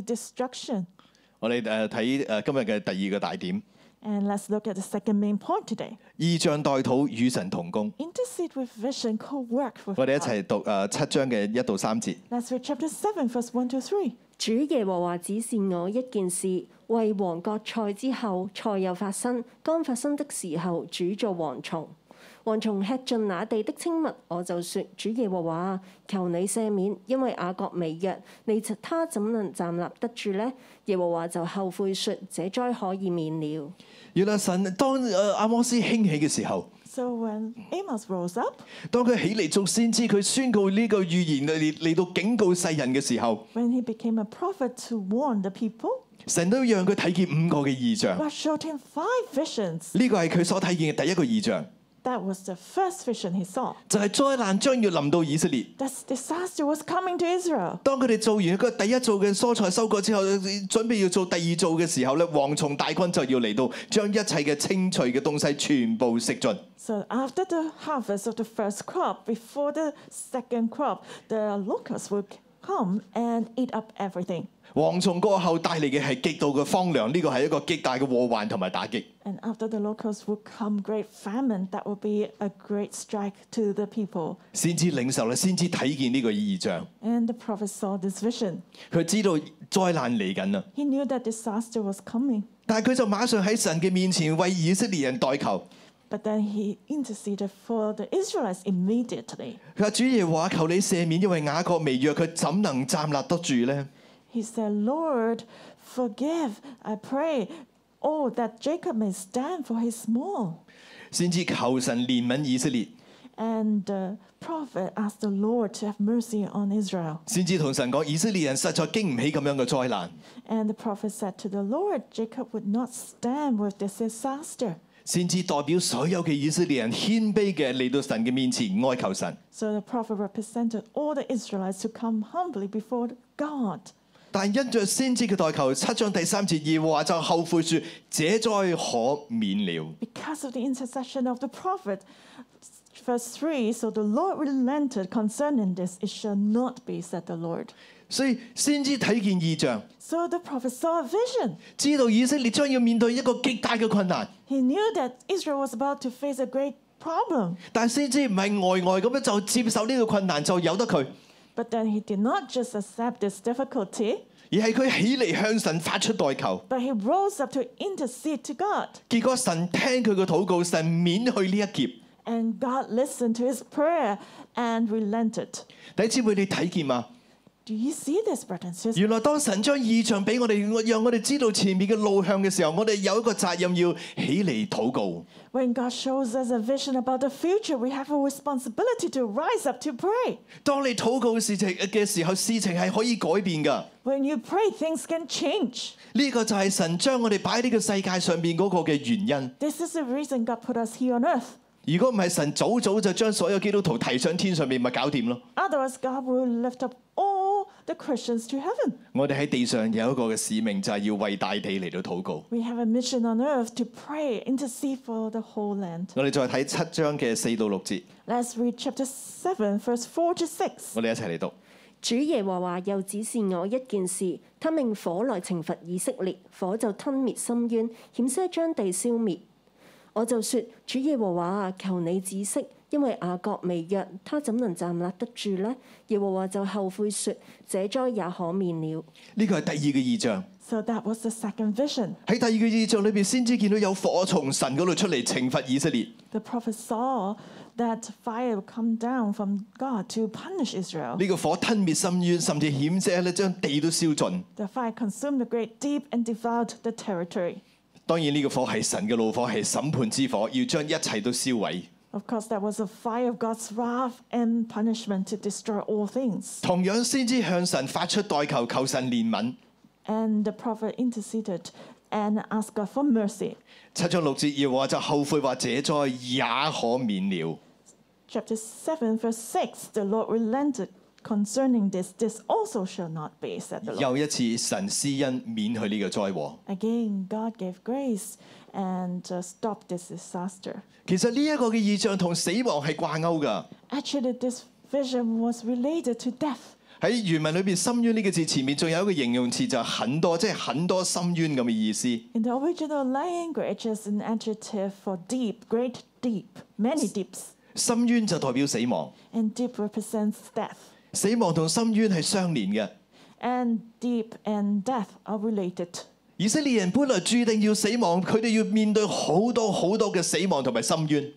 A: 呃
B: destruction?
A: 我哋誒睇誒今日嘅第二個大點，
B: And And let's look at the second main point today.
A: 意象代禱與神同工。
B: Intercede with vision, co-work with
A: 我哋一
B: God.
A: 齊讀誒七章嘅一到三節。
B: Let's read chapter 7, verse 1 to 3.
C: 主耶和華指示我一件事，為王割菜之後，菜又發生。剛發生的時候，主做蝗蟲。蝗蟲吃盡那地的青物，我就說：主耶和華啊，求你赦免，因為雅各微弱，你他怎能站立得住呢？耶和華就後悔說：這災可以免了。
A: 原來神當誒阿摩斯興起嘅時候，
B: So when Amos rose up,
A: 當佢起嚟做先知，佢宣告呢個預言嚟嚟到警告世人嘅時候，
B: when he became a prophet to warn the people,
A: 神都讓佢睇見五個嘅異象。
B: God showed him five visions.
A: 呢個係佢所睇見嘅第一個異象，
B: That was the first vision he saw.
A: 就係、災難將要臨到以色列。
B: This disaster was coming to Israel.
A: 當佢哋做完個第一造嘅蔬菜收割之後，準備要做第二造嘅時候咧，蝗蟲大軍就要嚟到，將一切嘅清脆嘅東西全部食盡。
B: So after the harvest of the first crop, before the second crop, the locusts will come and eat up everything.
A: 蝗蟲過後帶嚟嘅係極度嘅荒涼，呢個係一個極大嘅禍患同埋打擊。
B: And after the locusts will come great famine. That will be a great strike to the people.
A: 先知領受咧，先知睇見呢個異象，
B: And the prophet saw this vision.
A: 佢知道災難嚟緊啦，啊
B: He knew that disaster was coming,
A: 但係佢就馬上喺神嘅面前為以色列人代求。
B: but then he interceded for the Israelites immediately.
A: 佢話：主耶和華，求你赦免，因為雅各微弱，佢怎能站立得住呢？
B: He said, Lord, forgive, I pray, oh, that Jacob may stand for his small.
A: 先知求神憐憫以色列。
B: And the prophet asked the Lord to have mercy on Israel.
A: 先知同神講：以色列人實在經唔起咁樣嘅災難。
B: And the prophet said to the Lord, Jacob would not stand with this disaster.
A: 先知代表所有嘅以色列人謙卑嘅嚟到神嘅面前哀求神。
B: So the prophet represented all the Israelites to come humbly before God.
A: 但因着先知嘅代求，七章第三節耶和華就後悔說：這災可免了。
B: Because of the intercession of the prophet, verse 3 So the Lord relented concerning this, it shall not be, said the Lord.
A: 所以先知睇見異象，
B: So the prophet saw a vision.
A: 知道以色列將要面對一個極大嘅困難，
B: He knew that Israel was about to face a great problem,
A: 但先知唔係呆呆咁樣就接受呢個困難就由得佢，
B: but then he did not just accept this difficulty,
A: 而係佢起嚟向神發出代求。
B: but he rose up to intercede to God.
A: 結果神聽佢嘅禱告，神免去呢一劫。
B: And God listened to his prayer and relented.
A: 弟兄姊妹，你睇見嘛？
B: Do you see this, brothers and sisters?
A: 原來當神將意象俾我哋，讓我哋知道前面嘅路向嘅時候，我哋有一個責任要起嚟禱告。
B: When God shows us a vision about the future, we have a responsibility to rise up to pray.
A: 當你禱告事情嘅時候，事情係可以改變噶。
B: When you pray, things can change.
A: 呢、個就係神將我哋擺喺呢個世界上面嗰個嘅原
B: This is the reason God put us here on earth.
A: 因。如果唔係神早早就將所有基督徒提上天上面，咪搞掂咯。
B: Otherwise, God will lift up all the Christians to heaven.
A: 我哋喺地上有一個嘅使命，就係要為大地嚟到禱告。
B: We have a mission on earth to pray, intercede for the whole land.
A: 我哋再睇七章嘅四到六節，
B: Let's read chapter 7, verse 4 to 6.
A: 我哋一齊嚟讀。
C: 主耶和華又指示我一件事，他命火來懲罰以色列，火就吞滅深淵，險些將地消滅。我就說：主耶和華啊，求你止息，因為雅各微弱，他怎能站立得住呢？耶和華就後悔說：這災也可免了。
A: 呢個係第二個異象。
B: So that was the second vision.
A: 喺第二個異象裏邊，先知見到有火從神嗰度出嚟懲罰以色列。
B: The prophet saw that fire would come down from God to punish Israel.
A: 呢個火吞滅深淵，甚至險些咧將地都燒盡。
B: The fire consumed the great deep and devoured the territory.
A: 當然呢個火係神嘅怒火，係審判之火，要將一切都燒毀。
B: Of course, that was a fire of God's wrath and punishment to destroy all things.
A: 同樣先知向神發出代求，求神憐憫。
B: And the prophet interceded and asked God for mercy.
A: 七章六節，耶和華就後悔話：這災也可免了。
B: Chapter 7, verse 6 The Lord relented concerning this. This also shall not be, said the Lord.
A: 又一次神施恩免去呢個災禍。
B: Again, God gave grace and uh, stopped this disaster.
A: 其實呢一個嘅異象同死亡係掛鈎㗎。
B: Actually, this vision was related to death.
A: 喺原文裏邊，深淵呢個字前面仲有一個形容詞就係很多，即係很多深淵咁嘅意思。
B: In the original language, it's an adjective for deep, great deep, many deeps,
A: 深淵就代表死亡，
B: and deep represents death.
A: 死亡同深淵係相連嘅。
B: And deep and death are related.
A: 以色列人本來注定要死亡，佢哋要面對好多好多嘅死亡同埋深淵。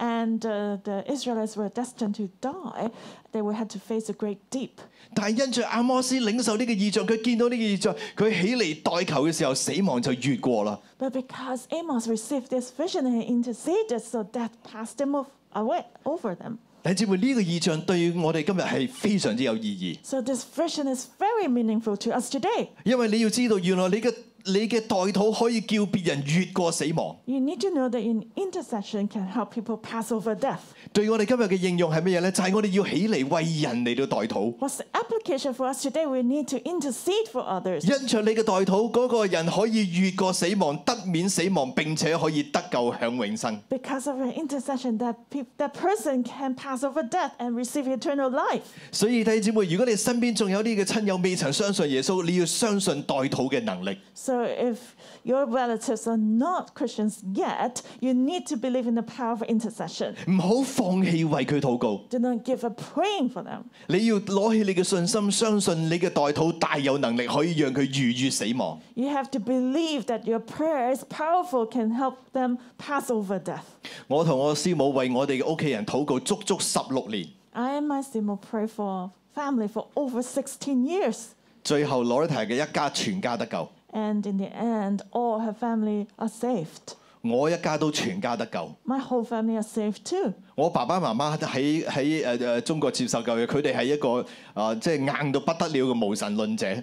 B: And uh, the Israelites were destined to die. They would have to face a great deep.
A: 但係因着阿摩斯領受呢個異象，佢見到呢個異象，佢起嚟代求嘅時候，死亡就越過啦。
B: But because Amos received this vision and interceded, so death passed him off, away over them.
A: 弟兄姊妹，呢、個異象對我哋今日係非常之有意義，
B: So this vision is very meaningful to us today.
A: 因為你要知道，原來你嘅你嘅代禱可以叫別人越過死亡。
B: You need to know that in intercession can help people pass over death.
A: 對我哋今日嘅應用係乜嘢呢？就係、我哋要起嚟為人嚟到代禱。
B: What's the application for us today? We need to intercede for others.
A: 因着你嘅代禱，嗰、個人可以越過死亡，得免死亡，並且可以得救享永生。
B: Because of your intercession, that, peop that person can pass over death and receive eternal life.
A: 所以弟兄姊妹，如果你身邊仲有呢嘅親友未曾相信耶穌，你要相信代禱嘅能力。
B: So if your relatives are not Christians yet, you need to believe in the power of intercession.
A: 唔好放棄為佢禱告，
B: Do not give up praying for them.
A: 你要攞起你嘅信心，相信你嘅代禱大有能力可以讓佢逾越死亡。
B: You have to believe that your prayer is powerful, can help them pass over death.
A: 我同我師母為我哋嘅屋企人禱告足足十六年，
B: I and my Simo pray for family for over 16 years.
A: 最後攞一提嘅一家全家得救，
B: And in the end, all her family are saved.
A: 我一家都全家得救。
B: My whole family are saved too.
A: 我爸爸媽媽喺喺誒誒中國接受教育，佢哋係一個啊、即係硬到不得了嘅無神論者。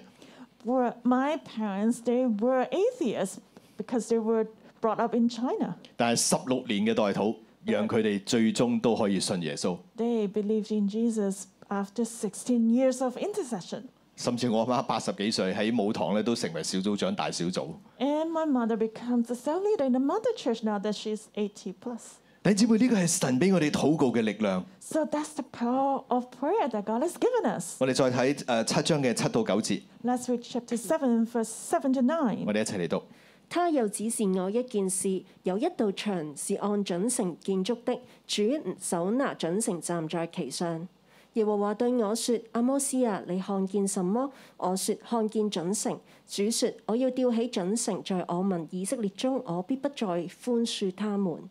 B: Were my parents, they were atheists because they were brought up in China.
A: 但係十六年嘅代禱，讓佢哋最終都可以信耶穌。
B: They believed in Jesus after 16 years of intercession.
A: 甚至我阿媽八十幾歲喺舞堂咧都成為小組長大小組。
B: And my mother becomes a cell leader in the mother church now that she's 80 plus.
A: 弟兄姊妹，呢個係神俾我哋禱告嘅力量。
B: So that's the power of prayer that God has given us.
A: 我哋再睇誒、呃七章嘅七到九節，
B: Last week, chapter 7, verse 7 to 9.
A: 我哋一齊嚟讀。
C: 他又指示我一件事，有一道牆是按準繩建築的，主手拿準繩站在其上。耶和華對我說：阿摩斯啊，你看見什麼？我說：看見準繩。主說：我要吊起準繩，在我民以色列中，我必不再寬恕他們。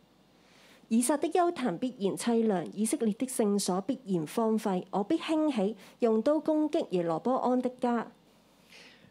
C: 以撒的丘壇必然凄涼，以色列的聖所必然荒廢，我必興起，用刀攻擊耶羅波安的家。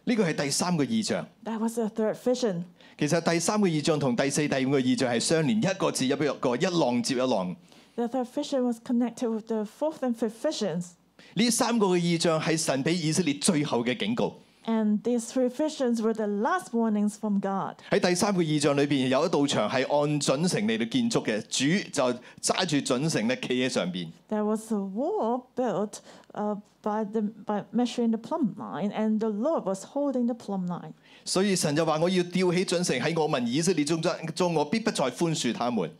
A: 呢個係第三個異象。
B: That was the third vision.
A: 其實第三個異象同第四、第五個異象係相連，一個接一個，一浪接一浪。
B: The third vision was connected with the fourth and fifth visions.
A: 呢三個嘅異象係神俾以色列最後嘅警告。
B: And these three visions were the last warnings from God.
A: 喺第三個異象裏邊，有一道牆係按準繩嚟到建築嘅，主就揸住準繩咧企喺上邊。
B: There was a wall built uh, by, the, by measuring the plumb line, and the Lord was holding the plumb line.
A: 所以神就話：我要吊起準繩喺我民以色列中間中，我必不再寬恕他們。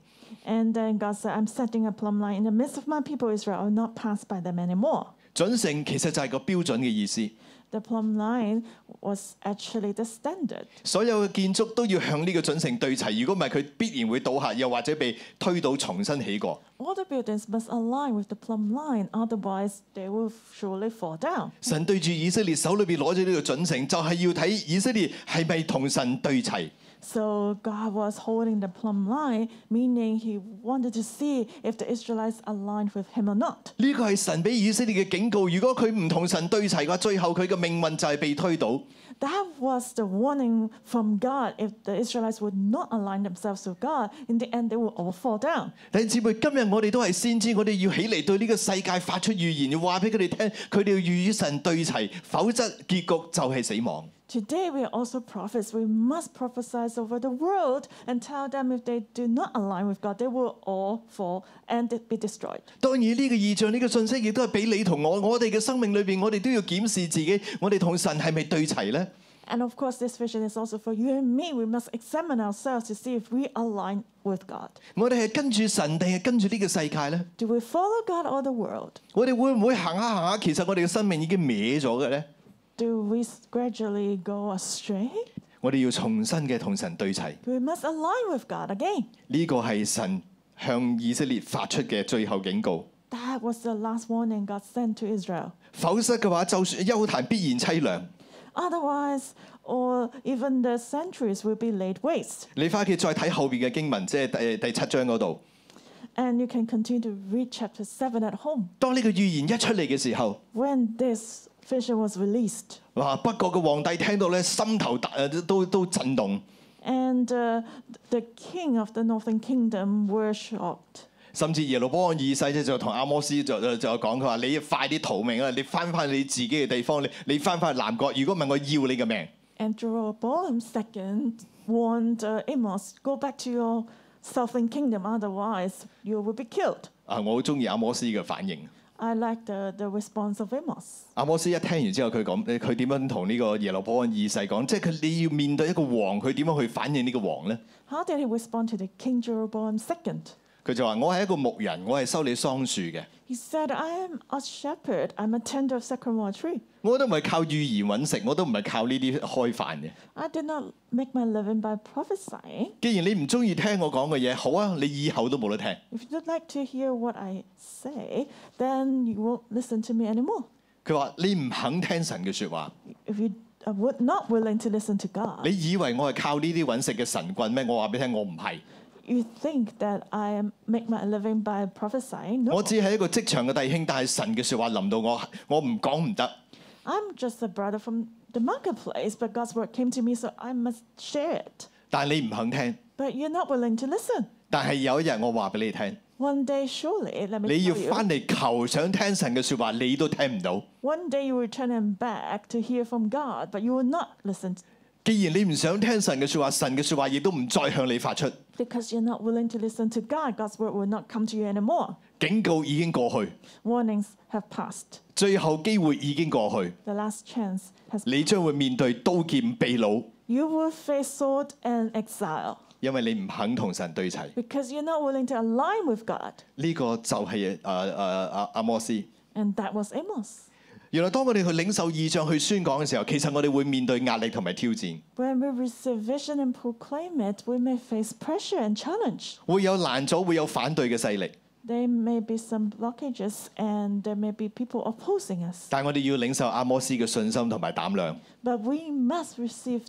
B: And then God said, I'm setting a plumb line in the midst of my people Israel. I will not pass by them anymore.
A: 準繩其實就係個標準嘅意思，
B: The plumb line was actually the standard.
A: 所有嘅建築都要向呢個準繩對齊，如果唔係佢必然會倒下，又或者被推倒重新起過。
B: All the buildings must align with the plumb line, otherwise, they will surely fall down.
A: 神對住以色列手裏邊攞咗呢個準繩，就係要睇以色列係咪同神對齊。
B: So God was holding the plumb line, meaning He wanted to see if the Israelites aligned with Him or not.
A: 呢個係神俾以色列嘅警告，如果佢唔同神對齊嘅話，最後佢嘅命運就係被推倒。
B: That was the warning from God. If the Israelites would not align themselves with God, in the end they will all fall down.
A: 弟兄姊妹，今日我哋都係先知，我哋要起嚟對呢個世界發出預言，要話俾佢哋聽，佢哋要與神對齊，否則結局就係死亡。
B: Today we are also prophets. We must prophesy over the world and tell them if they do not align with God, they will all fall and be destroyed.
A: 當然呢個異象、呢、個信息亦都係俾你同我，我哋嘅生命裏邊，我哋都要檢視自己，我哋同神係咪對齊呢？
B: And of course, this vision is also for you and me. We must examine ourselves to see if we align with God.
A: 我哋係跟住神定係跟住呢個世界呢？
B: Do we follow God or the world?
A: 我哋會唔會行下行下，其實我哋嘅生命已經歪咗嘅呢？
B: Do we s- gradually go astray?
A: 我哋要重新嘅同神對齊，
B: We must align with God again.
A: 呢個係神向以色列發出嘅最後警告。
B: That was the last warning God sent to Israel.
A: 否則嘅話，就算丘壇必然凄涼。
B: Otherwise, or even the centuries will be laid waste.
A: 你翻屋企再睇後邊嘅經文，即係第第七章嗰度。
B: And you can continue to read chapter 7 at home.
A: 當呢個預言一出嚟嘅時候，
B: When this vision was released,
A: 哇！北國嘅皇帝聽到咧，心頭大誒都都震動。
B: and uh, the king of the northern kingdom were shocked.
A: 甚至耶路波安二世咧就同阿摩斯就就就講佢話：你要快啲逃命啊！你翻返你自己嘅地方，你你翻返去南國。如果唔係，我要你嘅命。
B: And Jeroboam II warned uh, Amos, go back to your southern kingdom, otherwise you will be killed.
A: 啊！我好中意阿摩斯嘅反應。
B: I like the, the response of Amos.
A: 阿摩斯一聽完之後，佢講：誒佢點樣同呢個耶路波安二世講？即係佢你要面對一個王，佢點樣去反應呢個王呢？
B: How did he respond to the King Jeroboam II?
A: 佢就話：我係一個牧人，我係修理桑樹嘅，
B: He said, I am a shepherd, I'm a tender of sycamore tree.
A: 我都唔係靠預言揾食，我都唔係靠呢啲開飯嘅。
B: I did not make my living by prophesying.
A: 既然你唔中意聽我講嘅嘢，好啊，你以後都冇得聽。
B: If you don't like to hear what I say, then you won't listen to me anymore.
A: 佢話：你唔肯聽神嘅説話，
B: If you are wi- not willing to listen to God,
A: 你以為我係靠呢啲揾食嘅神棍咩？我話俾你聽，我唔係，
B: you think that I am- make my living by prophesying.
A: 我
B: No,
A: 只係一個職場嘅弟兄，但係神嘅説話臨到我，我唔講唔得。
B: I'm just a brother from the marketplace, but God's word came to me, so I must share it.
A: 但係你唔肯聽，
B: But you're not willing to listen.
A: 但係有一日我話俾你聽，
B: One day, surely, let me
A: 你要
B: tell you,
A: 翻嚟求想聽神嘅説話，你都聽唔到。
B: one day you will turn and back to hear from God, but you will not listen
A: 既然你唔想聽神嘅説話，神嘅説話亦都唔再向你發出。
B: because you're not willing to listen to God. God's word will not come to you anymore.
A: 警告已經過去，
B: Warnings have passed.
A: 最後機會已經過去，
B: The last chance has
A: 你將會面對刀劍被擄，
B: you will face sword and exile
A: 因為你唔肯同神對齊。
B: because you're not willing to align with God.
A: 呢、個就係誒誒誒阿摩斯。
B: And that was Amos.
A: 原來當我哋去領受異象去宣講嘅時候，其實我哋會面對壓力同埋挑戰，
B: When we receive vision and proclaim it, we may face pressure and challenge.
A: 會有難阻，會有反對嘅勢力。
B: There may be some blockages and there may be people opposing us.
A: 但我哋要領受阿摩斯嘅信心同埋膽量。
B: But we must receive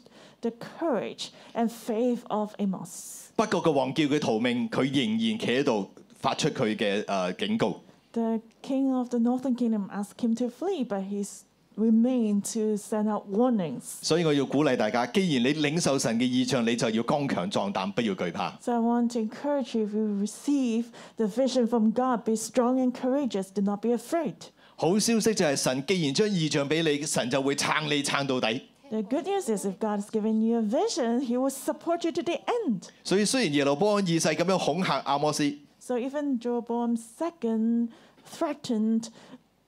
B: the courage and faith of Amos.
A: 北國嘅王叫佢逃命，佢仍然企喺度發出佢嘅誒警告。
B: The king of the northern kingdom asked him to flee, but he s- remained to send out warnings.
A: 所以我要鼓勵大家，既然你領受神嘅異象，你就要剛強壯膽，不要懼怕。
B: So I want to encourage you if you receive the vision from God, be strong and courageous, do not be afraid.
A: 好消息就係神既然將異象俾你，神就會撐你撐到底。
B: The good news is if God has given you a vision, he will support you to the end.
A: 所以雖然耶路波安二世咁樣恐嚇阿摩斯，
B: So even Jeroboam II threatened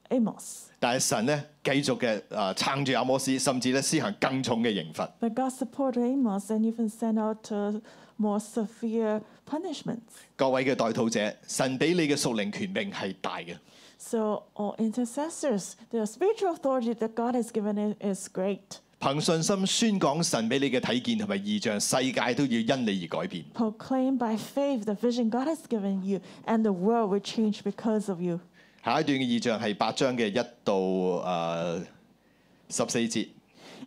B: Amos.
A: 但係神咧繼續嘅誒撐住阿摩斯，甚至咧施行更重嘅刑罰。
B: But God supported Amos and even sent out uh, more severe punishments.
A: 各位嘅代禱者，神俾你嘅屬靈權柄係大嘅，
B: So all intercessors, the spiritual authority that God has given i- is great.
A: 憑信心宣講神俾你嘅體見同埋異象，世界都要因你而改變。
B: Proclaim by faith the vision God has given you, and the world will change because of you.
A: 下一段嘅異象係八章嘅一到誒十四節。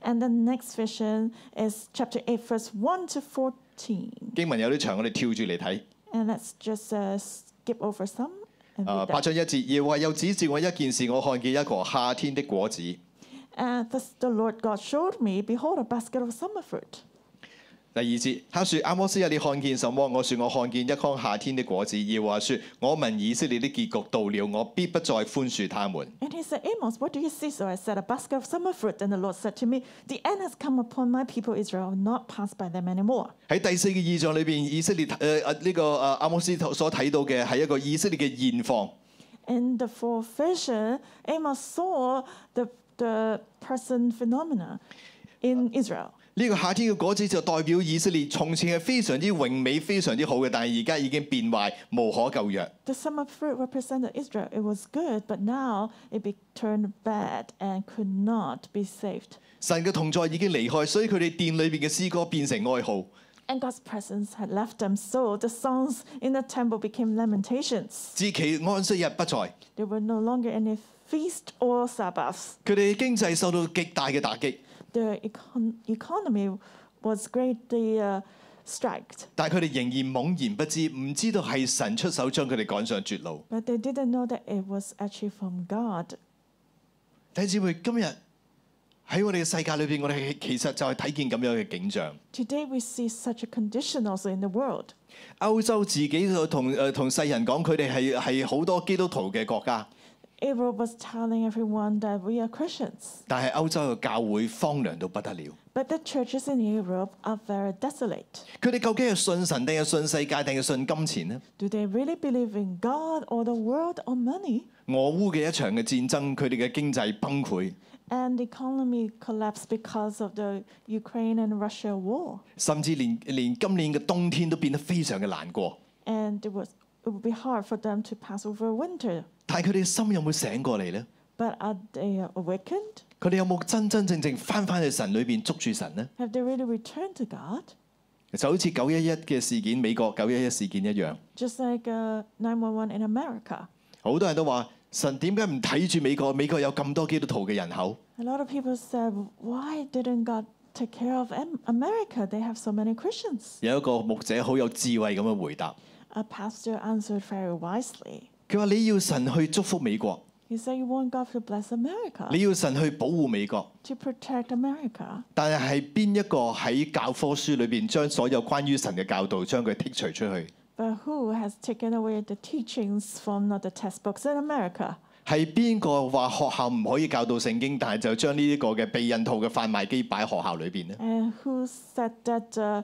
B: And the next vision is chapter 8, verse 1 to 14.
A: 經文有啲長，我哋跳住嚟睇。
B: And let's just uh, skip over some. And,
A: 啊，
B: read
A: 八
B: that.
A: 章一節，耶和華又指示我一件事，我看見一個夏天的果子。第
B: and Uh, thus the Lord God showed me, behold, a basket of summer fruit.
A: 二節，他說：阿摩斯啊，你看見什麼？我說：我看見一筐夏天的果子。耶和華說：我民以色列的結局到了，我必不再寬恕他們。
B: And he said, Amos, what do you see? So I said, A basket of summer fruit. And the Lord said to me, The end has come upon my people Israel, I will not pass by them anymore.
A: 喺第四個異象裏邊，以色列誒誒呢個誒阿摩斯所睇到嘅係一個以色列嘅現況。
B: In the fourth vision, Amos saw the, the person phenomena. in Israel.
A: 呢個夏天嘅果子就代表以色列，從前係非常之榮美、非常之好嘅，但係而家已經變壞，無可救藥。
B: The summer fruit represented Israel. It was good, but now it be turned bad and could not be saved.
A: 神嘅同在已經離開，所以佢哋殿裏邊嘅詩歌變成哀號。
B: And God's presence had left them, so the songs in the temple became lamentations.
A: 至其安息日不在，
B: There were no longer any feast or Sabbaths.
A: 佢哋經濟受到極大嘅打擊，
B: The econ- economy was greatly uh, striked,
A: 但係佢哋仍然懵然不知，唔知道係神出手將佢哋趕上絕路。
B: but they didn't know that it was actually from God.
A: 弟兄姊妹，今日喺我哋嘅世界裏邊，我哋其實就係睇見咁樣嘅景象。
B: Today we see such a condition also in the world.
A: 歐洲自己就同誒同世人講，佢哋係係好多基督徒嘅國家，
B: Israel was telling everyone that we are Christians,
A: 但係歐洲嘅教會荒涼到不得了。
B: but the churches in Europe are very desolate.
A: 佢哋究竟係信神定係信世界定係信金錢呢？
B: Do they really believe in God or the world or money?
A: 俄烏嘅一場嘅戰爭，佢哋嘅經濟崩潰，
B: And the economy collapsed because of the Ukraine and Russia war.
A: 甚至連連今年嘅冬天都變得非常嘅難過。
B: And it, was, it would be hard for them to pass over winter.
A: 但係佢哋嘅心有冇醒過嚟呢？
B: But are they awakened?
A: 佢哋有冇真真正正翻返去神裏邊捉住神呢？
B: Have they really returned to God?
A: 就好似九一一嘅事件，美國九一一事件一樣，
B: Just like uh, 911 in America.
A: 好多人都話神點解唔睇住美國？美國有咁多基督徒嘅人口，
B: A lot of people said, why didn't God take care of Am- America? They have so many Christians.
A: 有一個牧者好有智慧咁樣回答，
B: A pastor answered very wisely.
A: 佢話你要神去祝福美國，
B: He said, You want God to bless America,
A: 你要神去保護美國，
B: to protect America.
A: 但係係邊一個喺教科書裏邊將所有關於神嘅教導將佢剔除出去？
B: But who has taken away the teachings from not the textbooks in America?
A: 係邊個話學校唔可以教導聖經，但係就將呢一個嘅避孕套嘅販賣機擺喺學校裏邊呢？
B: And who said that uh,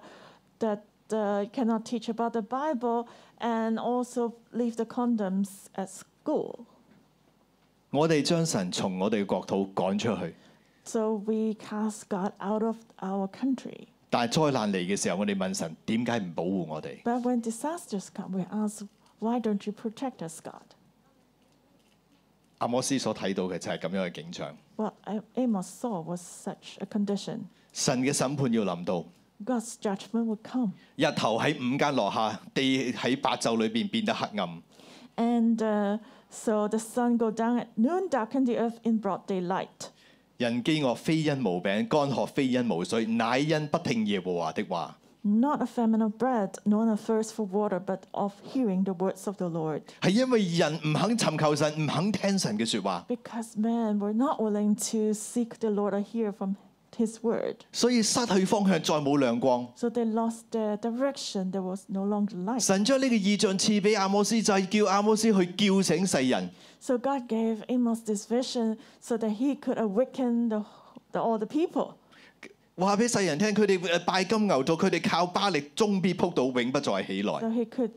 B: that uh, you cannot teach about the Bible and also leave the condoms at school?
A: 我哋將神從我哋嘅國土趕出去，
B: So we cast God out of our country.
A: 但係災難嚟嘅時候，我哋問神點解唔保護我哋？
B: But when disasters come, we ask, Why don't you protect us, God?
A: 阿摩斯所睇到嘅就係咁樣嘅景象。
B: What A- Amos saw was such a condition.
A: 神嘅審判要臨到，
B: God's judgment would come,
A: 日頭喺午間落下，地喺白晝裏邊變得黑暗。
B: and uh, so the sun go down at noon, darken the earth in broad daylight.
A: 人飢餓非因無餅，乾渴非因無水，乃因不聽耶和華的話。
B: Not a famine of bread, nor a thirst for water, but of hearing the words of the Lord.
A: 係因為人唔肯尋求神，唔肯聽神嘅説話，
B: Because men were not willing to seek the Lord or hear from his word.
A: 所以失去方向，再冇亮光。
B: So they lost their direction. There was no longer light.
A: 神將呢個意象賜俾阿摩斯，就係、叫阿摩斯去叫醒世人。
B: So God gave Amos this vision so that he could awaken the, the, all the people.
A: 話俾世人聽，佢哋誒拜金牛犢，佢哋靠巴力，終必撲倒，永不再起來。
B: So he could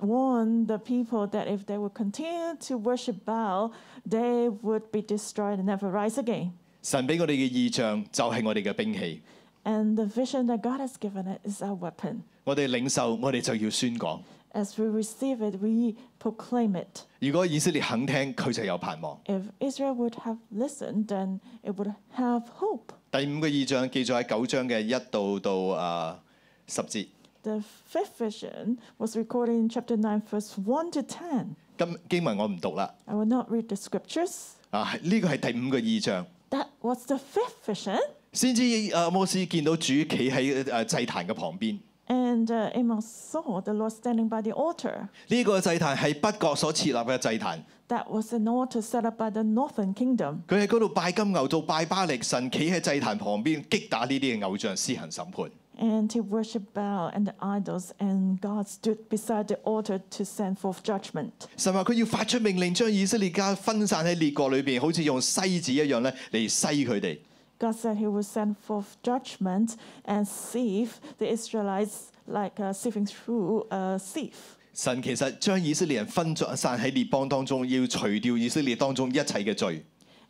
B: warn the people that if they would continue to worship Baal, they would be destroyed and never rise again.
A: 神俾我哋嘅意象就係我哋嘅兵器，
B: And the vision that God has given us is our weapon.
A: 我哋領受，我哋就要宣講。
B: As we receive it, we proclaim it.
A: 如果以色列肯聽，佢就有盼望。
B: If Israel would have listened, then it would have hope.
A: 第五個意象記載喺九章嘅一到到啊十節。
B: The fifth vision was recorded in chapter 9, verse 1 to 10.
A: 今經文我唔讀啦，
B: I will not read the scriptures.
A: 啊呢個係第五個意象。
B: That was the fifth vision.
A: 先知阿摩斯見到主企喺誒祭壇嘅旁邊，
B: And uh, Amos saw the Lord standing by the altar.
A: 呢、個祭壇係北國所設立嘅祭壇。
B: That was an altar set up by the northern kingdom.
A: 佢喺嗰度拜金牛做拜巴力，神企喺祭壇旁邊擊打呢啲嘅偶像，施行審判。
B: And he worshipped Baal and the idols, and God stood beside the altar to send forth judgment.
A: 神話佢要發出命令，將以色列家分散喺列國裏邊，好似用篩子一樣咧嚟篩佢哋。
B: God said he will send forth judgment and sieve the Israelites like uh, sieving through a sieve.
A: 神其實將以色列人分散喺列邦當中，要除掉以色列當中一切嘅罪。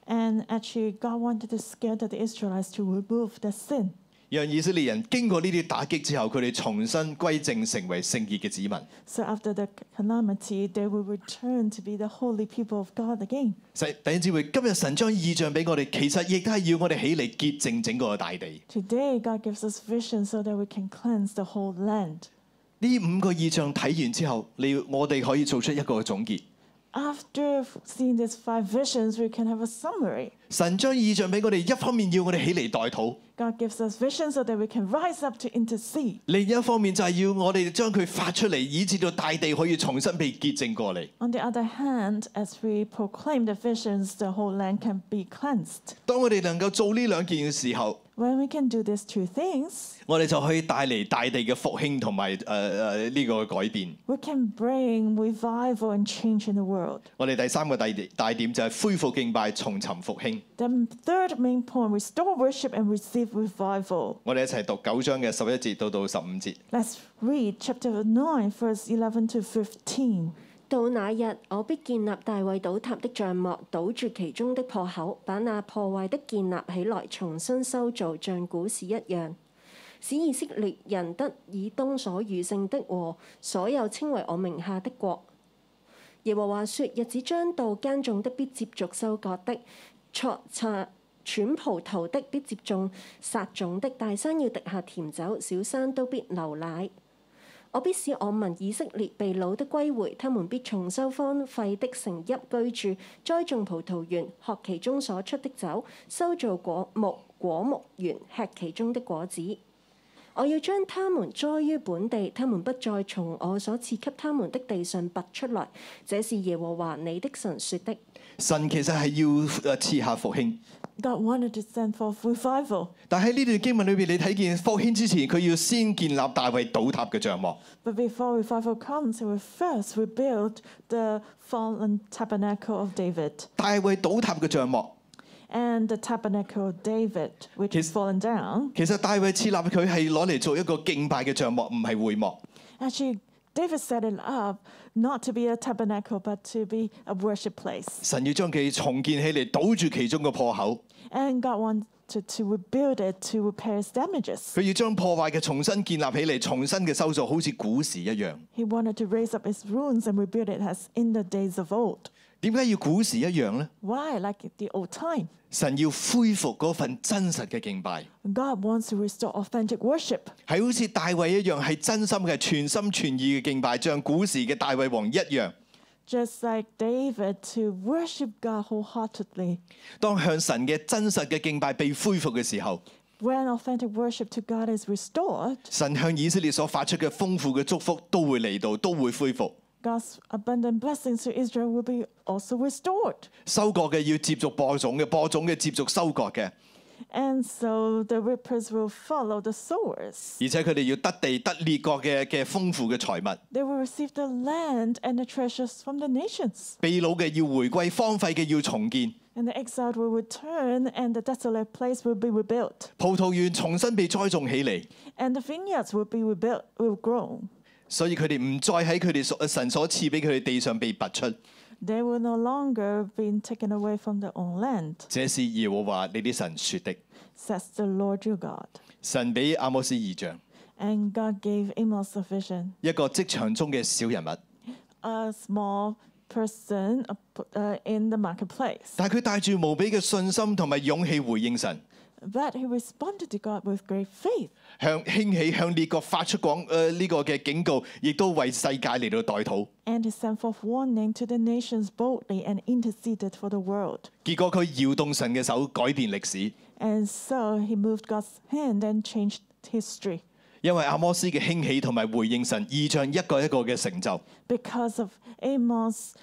B: And actually, God wanted to scare the Israelites to remove their sin.
A: 讓以色列人經過呢啲打擊之後，佢哋重新歸正，成為聖潔嘅子民。
B: So after the calamity, they will return to be the holy people of God again.
A: 神弟兄姊妹，今日神將意象俾我哋，其實亦都係要我哋起嚟潔淨整個大地。
B: Today, God gives us vision so that we can cleanse the whole land.
A: 呢五個意象睇完之後，你我哋可以做出一個總結。
B: After seeing these five visions, we can have a summary.
A: 神將意象俾我哋，一方面要我哋起嚟代禱，
B: God gives us vision so that we can rise up to intercede.
A: 另一方面就係要我哋將佢發出嚟，以至到大地可以重新被潔淨過嚟。
B: On the other hand, as we proclaim the visions, the whole land can be cleansed.
A: 當我哋能夠做呢兩件嘅時候，
B: When we can do these two things,
A: 我哋就可以帶嚟大地嘅復興同埋誒誒呢個改變。
B: we can bring revival and change in the world.
A: 我哋第三個大點大點就係恢復敬拜，重尋復興。
B: The third main point restore worship and receive revival.
A: 我哋一齊讀九章嘅十一節到到十五節。
B: Let's read chapter 9, verse 11 to 15.
C: 到那日，我必建立大衛倒塌的帳幕，堵住其中的破口，把那破壞的建立起來，重新修造，像古時一樣，使以色列人得以東所餘剩的和所有稱為我名下的國。耶和華說：日子將到，耕種的必接續收割的，錯察踹葡萄的必接種撒種的，大山要滴下甜酒，小山都必流奶。我必使我民以色列被擄的歸回，他們必重修荒廢的城邑居住，栽種葡萄園，喝其中所出的酒，修造果木果木園，吃其中的果子。我要將他們栽於本地，他們不再從我所賜給他們的地上拔出來。這是耶和華你的神說的。
A: 神其實係要誒呃賜下復興，
B: God wanted to send forth revival.
A: 但喺呢段經文裏邊，你睇見復興之前，佢要先建立大衛倒塌嘅帳幕。
B: But before revival comes, he will first rebuild the fallen tabernacle of David
A: 大衛倒塌嘅帳幕，
B: and the tabernacle of David, which
A: His-
B: has fallen down.
A: 其實大衛設立佢係攞嚟做一個敬拜嘅帳幕，唔係會幕。
B: Actually, David set it up not to be a tabernacle, but to be a worship place.
A: 神要將佢重建起嚟，堵住其中嘅破口。
B: And God wanted to rebuild it to repair its damages.
A: 佢要將破壞嘅重新建立起嚟，重新嘅修造，好似古時一樣。
B: He wanted to raise up its ruins and rebuild it as in the days of old.
A: 點解要古時一樣呢？
B: Why? Like the old time.
A: 神要恢復嗰份真實嘅敬拜，
B: God wants to restore authentic worship.
A: 係好似大衛一樣，係真心嘅、全心全意嘅敬拜，像古時嘅大衛王一樣。
B: just like David, to worship God wholeheartedly.
A: 當向神嘅真實嘅敬拜被恢復嘅時候，
B: When authentic worship to God is restored,
A: 神向以色列所發出嘅豐富嘅祝福都會嚟到，都會恢復。
B: God's abundant blessings to Israel will be also restored.
A: 收割嘅要接續播種嘅，播種嘅接續收割嘅，
B: And so the reapers will follow the sowers.
A: 而且佢哋要得地得列國嘅嘅豐富嘅財物。
B: They will receive the land and the treasures from the nations.
A: 被擄嘅要回歸，荒廢嘅要重建，
B: And the exiled will return, and the desolate place will be rebuilt.
A: 葡萄園重新被栽種起嚟。
B: And the vineyards will be rebuilt, will grow.
A: 所以佢哋唔再喺佢哋所神所賜俾佢哋地上被拔出。
B: They will no longer be taken away from their own land,
A: 這是耶和華你啲神說的。
B: says the Lord your God.
A: 神俾阿摩斯異象，
B: And God gave Amos a vision.
A: 一個職場中嘅小人物，
B: A small person uh, p- uh, in the marketplace.
A: 但係佢帶住無比嘅信心同埋勇氣回應神，
B: But he responded to God with great faith.
A: 向興起向列國發出廣誒呢個嘅警告，亦都為世界嚟到代禱。
B: And he sent forth warning to the nations boldly and interceded for the world.
A: 結果佢搖動神嘅手，改變歷史。
B: And so he moved God's hand and changed history.
A: 因為阿摩斯嘅興起同埋回應神異象一個一個嘅成就，
B: Because of Amos'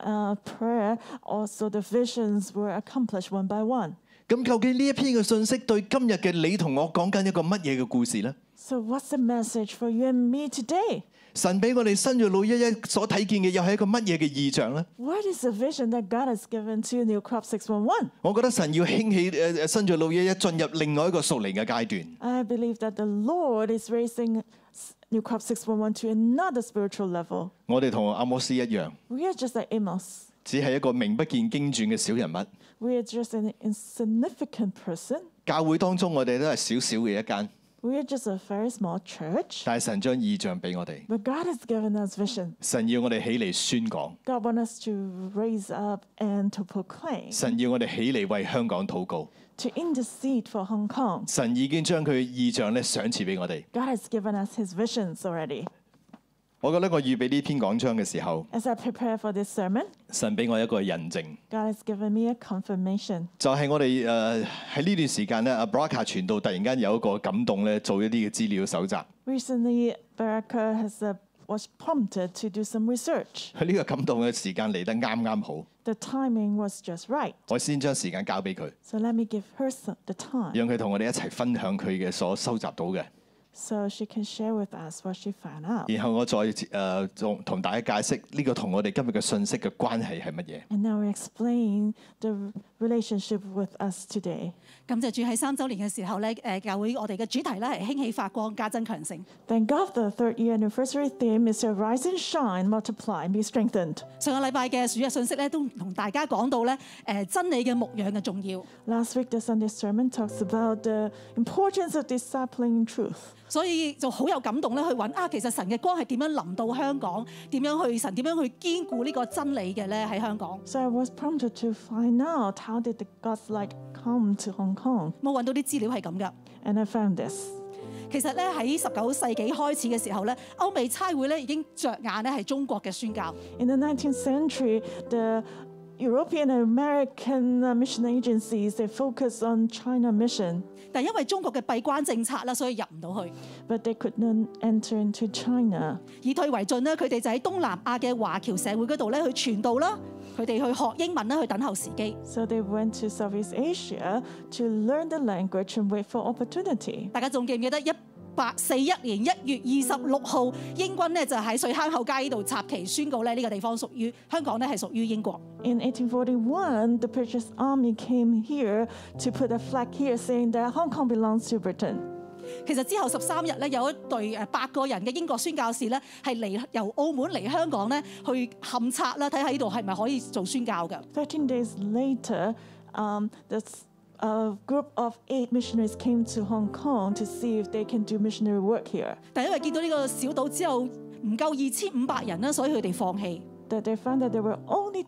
B: uh, prayer, also the visions were accomplished one by one.
A: 咁究竟呢一篇嘅信息對今日嘅你同我講緊一個乜嘢嘅故事呢？
B: So, what's the message for you and me today?
A: 神俾我哋新約老一一所睇見嘅又係一個乜嘢嘅意象呢？
B: What is the vision that God has given to New Crop 611?
A: 我覺得神要興起誒誒新約老一一進入另外一個屬靈嘅階段。
B: I believe that the Lord is raising s- New Crop 6112 to another spiritual level.
A: 我哋同阿摩斯一樣，
B: We are just like Amos.
A: 只係一個名不見經傳嘅小人物。
B: We are just an insignificant person.
A: 教會當中我哋都係小小嘅一間，
B: We are just a very small church.
A: 但係神將異象俾我哋，
B: But God has given us vision.
A: 神要我哋起嚟宣講，
B: God wants us to raise up and to proclaim,
A: 神要我哋起嚟為香港禱告。
B: to intercede for Hong Kong.
A: 神已經將佢嘅異象咧賞賜俾我哋。
B: God has given us His visions already.
A: 我覺得我預備呢篇講章嘅時候，
B: As I prepare for this sermon,
A: 神俾我一個印證，
B: God has given me a confirmation.
A: 就係、我哋誒喺呢段時間咧，阿 Braca 傳道突然間有一個感動咧，做一啲嘅資料搜集。
B: Recently, Baraka has uh, was prompted to do some research.
A: 佢呢個感動嘅時間嚟得啱啱好，
B: The timing was just right,
A: 我先將時間交俾佢，
B: so let me give her some, the time
A: 讓佢同我哋一齊分享佢嘅所收集到嘅，
B: so she can share with us what she found out.
A: 然後我再誒同、同大家解釋呢、個同我哋今日嘅信息嘅關係係乜嘢。
B: And now we explain the r- relationship with us today.
D: 咁就住喺三週年嘅時候咧，誒教會我哋嘅主題咧係興起發光，加增強盛。
B: Thank God the third year anniversary theme is to rise and shine, multiply, and be strengthened.
D: 上個禮拜嘅主日信息咧，都同大家講到咧誒、真理嘅牧養嘅重要，
B: Last week, the Sunday sermon talks about the importance of discipling in truth.
D: 所以就好有感動咧，去揾啊，其實神嘅光係點樣臨到香港，點樣去神點樣去堅固呢個真理嘅咧喺香港。
B: So I was prompted to find out how did the God's light come to Hong Kong,
D: 我揾到啲資料係咁噶。
B: and I found this.
D: 其實咧喺十九世紀開始嘅時候咧，歐美差會咧已經着眼咧係中國嘅宣教。
B: In the 19th century, the European and American uh, mission agencies they focused on China mission,
D: 但係因為中國嘅閉關政策啦，所以入唔到去。
B: but they could not enter into China.
D: 以退為進咧，佢哋就喺東南亞嘅華僑社會嗰度咧去傳道啦，佢哋去學英文啦，去等候時機。
B: So they went to Southeast Asia to learn the language and wait for opportunity.
D: 大家仲記唔記得一八四一年一月二十六號，英軍咧就喺水坑口街呢度插旗宣告咧呢個地方屬於香港咧係屬於英國。
B: In 1841, the British Army came here to put a flag here saying that Hong Kong belongs to Britain.
D: 其實之後十三日咧有一隊誒八個人嘅英國宣教士咧係嚟由澳門嚟香港咧去勘察啦，睇下呢度係咪可以做宣教㗎。
B: 13 days later, um, this a group of eight missionaries came to Hong Kong to see if they can do missionary work here.
D: 但因為見到呢個小島之後唔夠二千五百人啦，所以佢哋放棄。
B: That they found that there were only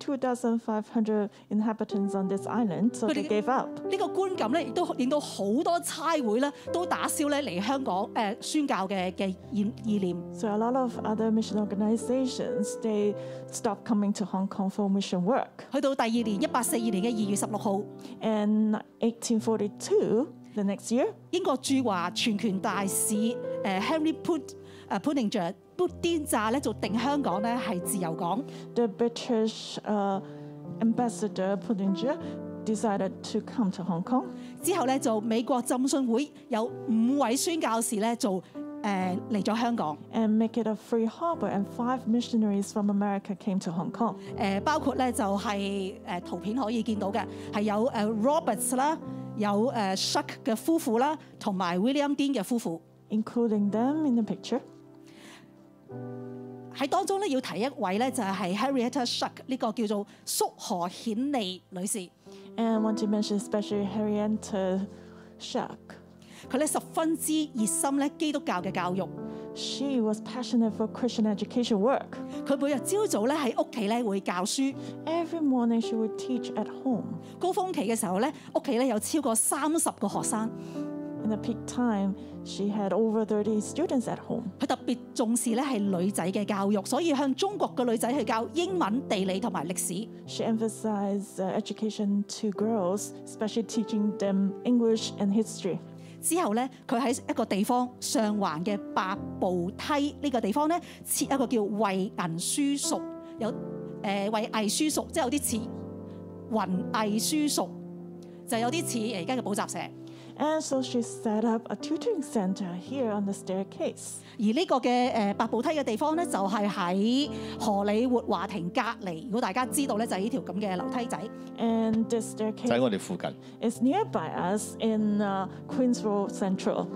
B: 2,500 inhabitants on this island, so
D: But
B: they
D: it-
B: gave up.
D: 呢個觀感咧，亦都令到好多差會咧都打消咧嚟香港誒、呃宣教嘅嘅意意念。
B: So a lot of other mission organizations they stopped coming to Hong Kong for mission work.
D: 去到第二年一八四二年嘅二月十六號，
B: In 1842, the next year,
D: 英國駐華全權大使誒、呃 Henry Put 呃誒 Puttinger 砵甸乍咧就定香港咧係自由港，
B: the British uh, ambassador Pullinger decided to come to Hong Kong.
D: 之後咧就美國浸信會有五位宣教士咧做誒嚟咗香港，誒、
B: And make it a free harbor, and five missionaries from America came to Hong Kong.
D: 呃包括咧就係、誒、圖片可以見到嘅係有誒、呃 Roberts 啦，有誒、呃 Shuck 嘅夫婦啦，同埋 William Dean 嘅夫婦。
B: Including them in the picture.
D: 喺當中咧要提一位咧就係 Harriet Shuck 呢個叫做蘇荷顯利女士，
B: And I want to mention especially Henrietta Schack.
D: 佢咧十分之熱心咧基督教嘅教育，
B: She was passionate for Christian education work.
D: 佢每日朝早咧喺屋企咧會教書，
B: Every morning she would teach at home.
D: 高峰期嘅時候咧屋企咧有超過三十個學生，
B: In the peak time, she had over 30 students at home.
D: 佢特別重視咧係女仔嘅教育，所以向中國嘅女仔去教英文、地理同埋歷史。
B: She emphasized uh, education to girls, especially teaching them English and history.
D: 之後咧，佢喺一個地方上環嘅八步梯呢個地方咧，設一個叫惠銀書塾，有誒、呃、惠藝書塾，即係有啲似雲藝書塾，就有啲似而家嘅補習社。而
B: And so she set up a tutoring center here on the staircase.
D: 呢個嘅誒八步梯嘅地方咧，就係喺荷里活華庭隔離。如果大家知道咧，就係呢條咁嘅樓梯仔。
B: And this
A: 就喺
B: staircase
A: 我哋附近。
B: is nearby us in uh, Queensville Central.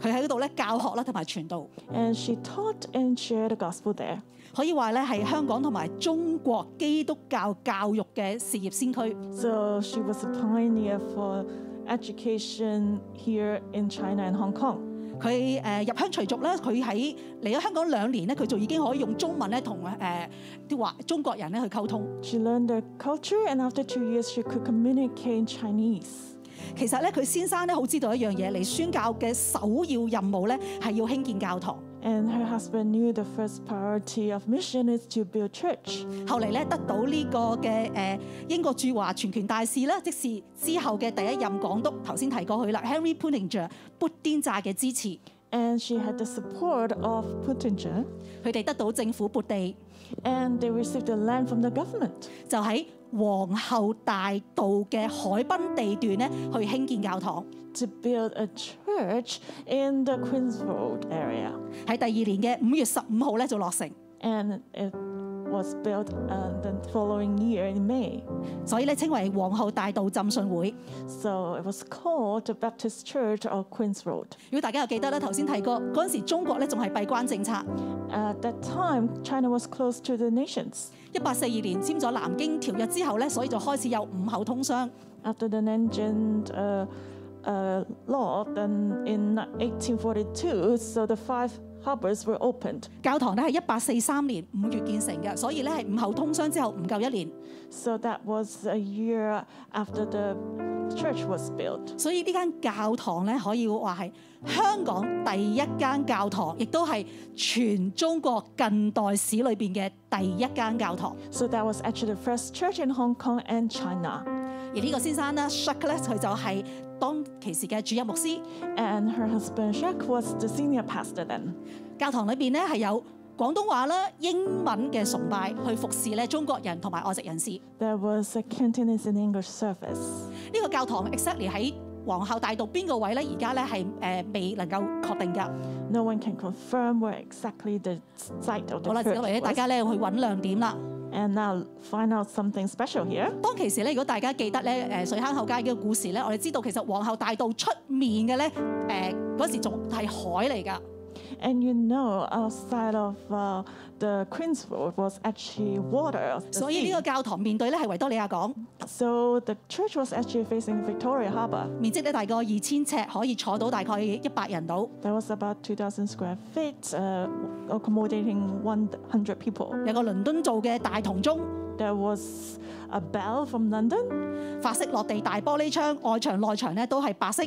D: 佢喺嗰度咧教學啦，同埋傳道，
B: and she taught and shared the gospel there.
D: 可以話咧係香港同埋中國基督教教育嘅事業先驅。
B: So she was a pioneer for education here in China and Hong Kong.
D: 佢誒、呃入鄉隨俗啦，佢喺嚟咗香港兩年咧，佢就已經可以用中文咧同誒啲華中國人咧去溝通。
B: She learned their culture, and after two years, she could communicate in Chinese.
D: 其實咧，佢先生咧好知道一樣嘢，嚟宣教嘅首要任務咧係要興建教堂。
B: And her husband knew the first priority of mission is to build church.
D: 後嚟咧得到呢個嘅誒、呃英國駐華全權大使啦，即是之後嘅第一任港督，頭先提過佢啦，Henry Pottinger 砵甸乍嘅支持，
B: And she had the support of Putinger,
D: 佢哋得到政府撥地，
B: and they received the land from the government.
D: 就喺皇后大道嘅海濱地段咧去興建教堂。
B: to build a church in the Queens Road area.
D: 喺第二年嘅五月十五號咧就落成，
B: And it was built uh, the following year in May.
D: 所以咧稱為皇后大道浸信會。
B: So it was called the Baptist Church of Queens Road.
D: 如果大家又記得咧，頭先提過嗰陣時中國咧仲係閉關政策，
B: At that time, China was close to the nations.
D: 一八四二年簽咗南京條約之後咧，所以就開始有五口通商。
B: After the Nanjing uh, uh, law, then in 1842, so the five harbors were opened.
D: 教堂咧係一八四三年五月建成嘅，所以咧係五口通商之後唔夠一年，
B: So that was a year after the church was built.
D: 所以呢間教堂咧可以話係香港第一間教堂，亦都係全中國近代史裏邊嘅第一間教堂。
B: So that was actually the first church in Hong Kong and China.
D: 而呢個先生咧 s h a k 咧佢就係當其時嘅主任牧師。
B: And her husband Jacques was the senior pastor then.
D: 教堂裏邊咧係有廣東話啦、英文嘅崇拜，去服侍咧中國人同埋外籍人士。呢、
B: There was a Cantonese and English service.
D: 個教堂 exactly 喺皇后大道邊個位咧？而家咧係誒未能夠確定㗎。
B: No one can confirm where exactly the site of the
D: 好啦，接落嚟咧，
B: church
D: 大
B: was.
D: 家咧去揾亮點啦。
B: And now find out something special here.
D: 當其時咧，如果大家記得咧，誒水坑口街嘅故事咧，我哋知道其實皇后大道出面嘅咧，誒嗰時仲係海嚟㗎。
B: And you know, outside of uh, the Queen's Road was actually water. the
D: 所以
B: sea.
D: 呢個教堂面對咧係維多利亞港，
B: So the church was actually facing Victoria Harbour.
D: 面積咧大概二千尺，可以坐到大概一百人到。
B: That was about 2,000 square feet, uh, accommodating 100 people.
D: 有個倫敦做嘅大銅鐘，
B: There was a bell from London.
D: 法式落地大玻璃窗，外牆內牆咧都係白色、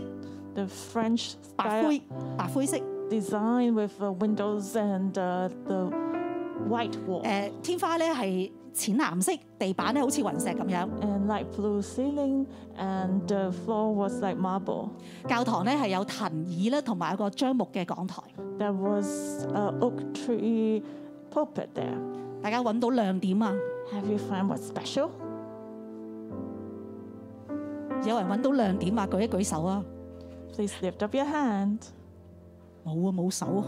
B: The French
D: 白
B: style
D: 灰、白灰色。誒、
B: design with uh, windows and uh, the white wall
D: 天花咧係淺藍色，地板咧好似雲石咁樣。
B: and light blue ceiling, and the floor was like marble.
D: 教堂咧係有藤椅啦，同埋一個樟木嘅講台。
B: There was an oak tree pulpit there.
D: 大家揾到亮點啊！
B: Have you found what's special?
D: 有人揾到亮點啊，舉一舉手啊！
B: Please lift up your hand.
D: 冇啊，冇手啊！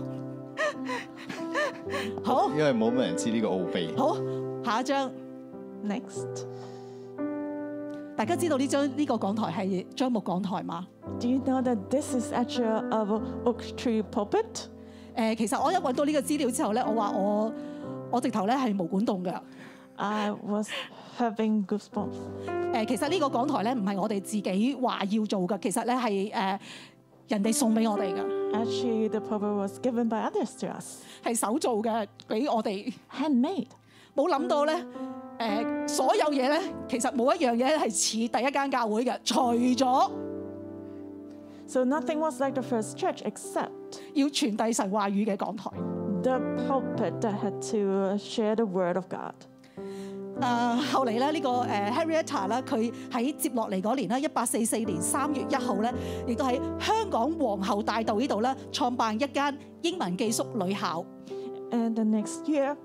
D: 好
A: 因為冇乜人知呢個奧秘。
D: 好，下一張，
B: Next.
D: 大家知道呢張呢、個講台係樟木講台嘛？
B: Do you know that this is actually a oak tree pulpit?
D: 誒、呃其實我一揾到呢個資料之後咧，我話我我直頭咧係毛管動㗎。
B: I was having goosebumps.
D: 誒，呃其實呢個講台咧唔係我哋自己話要做嘅，其實咧係誒人哋送俾我哋嘅，
B: Actually, the pulpit was given by others to us,
D: 係手做嘅，俾我哋
B: handmade.
D: 冇諗到咧。誒、所有嘢咧，其實冇一樣嘢係似第一間教會嘅，除咗要
B: So nothing was like the first church except
D: 傳遞神話語嘅講台。
B: the pulpit that had to uh, share the word of God.
D: 誒、啊後嚟咧，呢、個誒、Harrietta 啦，佢喺接落嚟嗰年啦，一八四四年三月一號咧，亦都喺香港皇后大道呢度咧，創辦一間英文寄宿女校。
B: And the next year,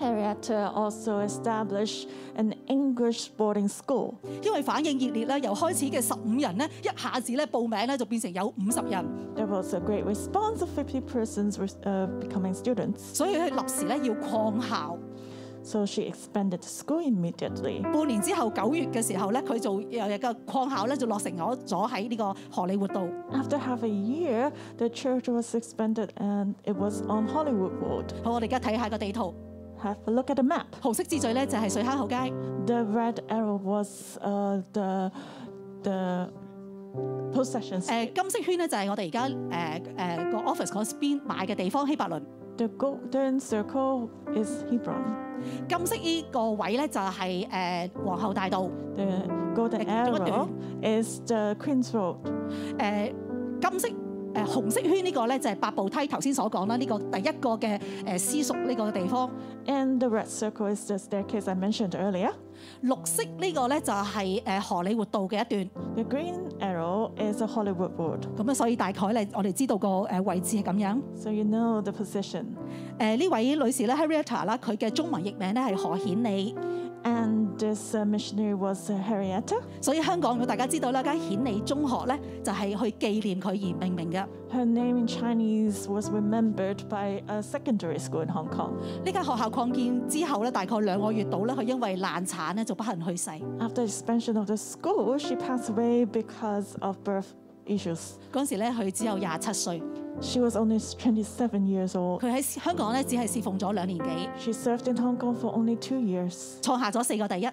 B: Henrietta also established an English boarding school
D: 因為反應熱烈咧，由開始嘅十五人咧，一下子咧報名咧就變成有五十人，
B: There was a great response of 50 persons were, uh, becoming students.
D: 所以佢立時咧要擴校。
B: So she expanded the school immediately.
D: 半年之後九月嘅時候咧，佢就有一個擴校咧，就落成咗咗喺呢個荷里活度。
B: After half a year, the church was expanded and it was on Hollywood Road.
D: 好，我哋而家睇下個地圖，
B: Have a look at the map.
D: 紅色之最咧就係水坑口街，
B: The red arrow was uh, the the possession
D: 誒、呃金色圈咧就係我哋而家誒誒個 office 嗰邊買嘅地方希伯倫。
B: The golden circle is Hebron.
D: 金色呢個位咧就係、誒、皇后大道，誒、
B: The golden
D: Eh, tengok
B: arrow is the Queen's Road.
D: 呃金色誒、呃紅色圈呢個咧就係、八步梯，頭先所講啦，呢、個第一個嘅誒私塾呢個地方。
B: And the red circle is the staircase I mentioned earlier.
D: 綠色呢個咧就係、誒、荷里活道嘅一段。
B: The green arrow is the Hollywood Road.
D: 咁啊，所以大概咧，我哋知道個誒位置係咁樣。
B: So you know the position.
D: 誒呢位女士咧，Henrietta 啦，佢嘅中文譯名咧係何顯理，
B: And this uh, missionary was uh, Henrietta.
D: 所以香港如果大家知道啦，間顯理中學咧就係、去紀念佢而命名嘅。呢
B: Her name in Chinese was remembered by a secondary school in Hong Kong.
D: 間學校擴建之後咧，大概兩個月到咧，佢因為難產咧就不幸去世。
B: After expansion of the school, she passed away because of birth issues.
D: 嗰陣時咧，佢只有廿七歲，
B: She was only 27 years old.
D: 佢喺香港咧只係侍奉咗兩年幾，
B: She served in Hong Kong for only two years.
D: 創下咗四個第一。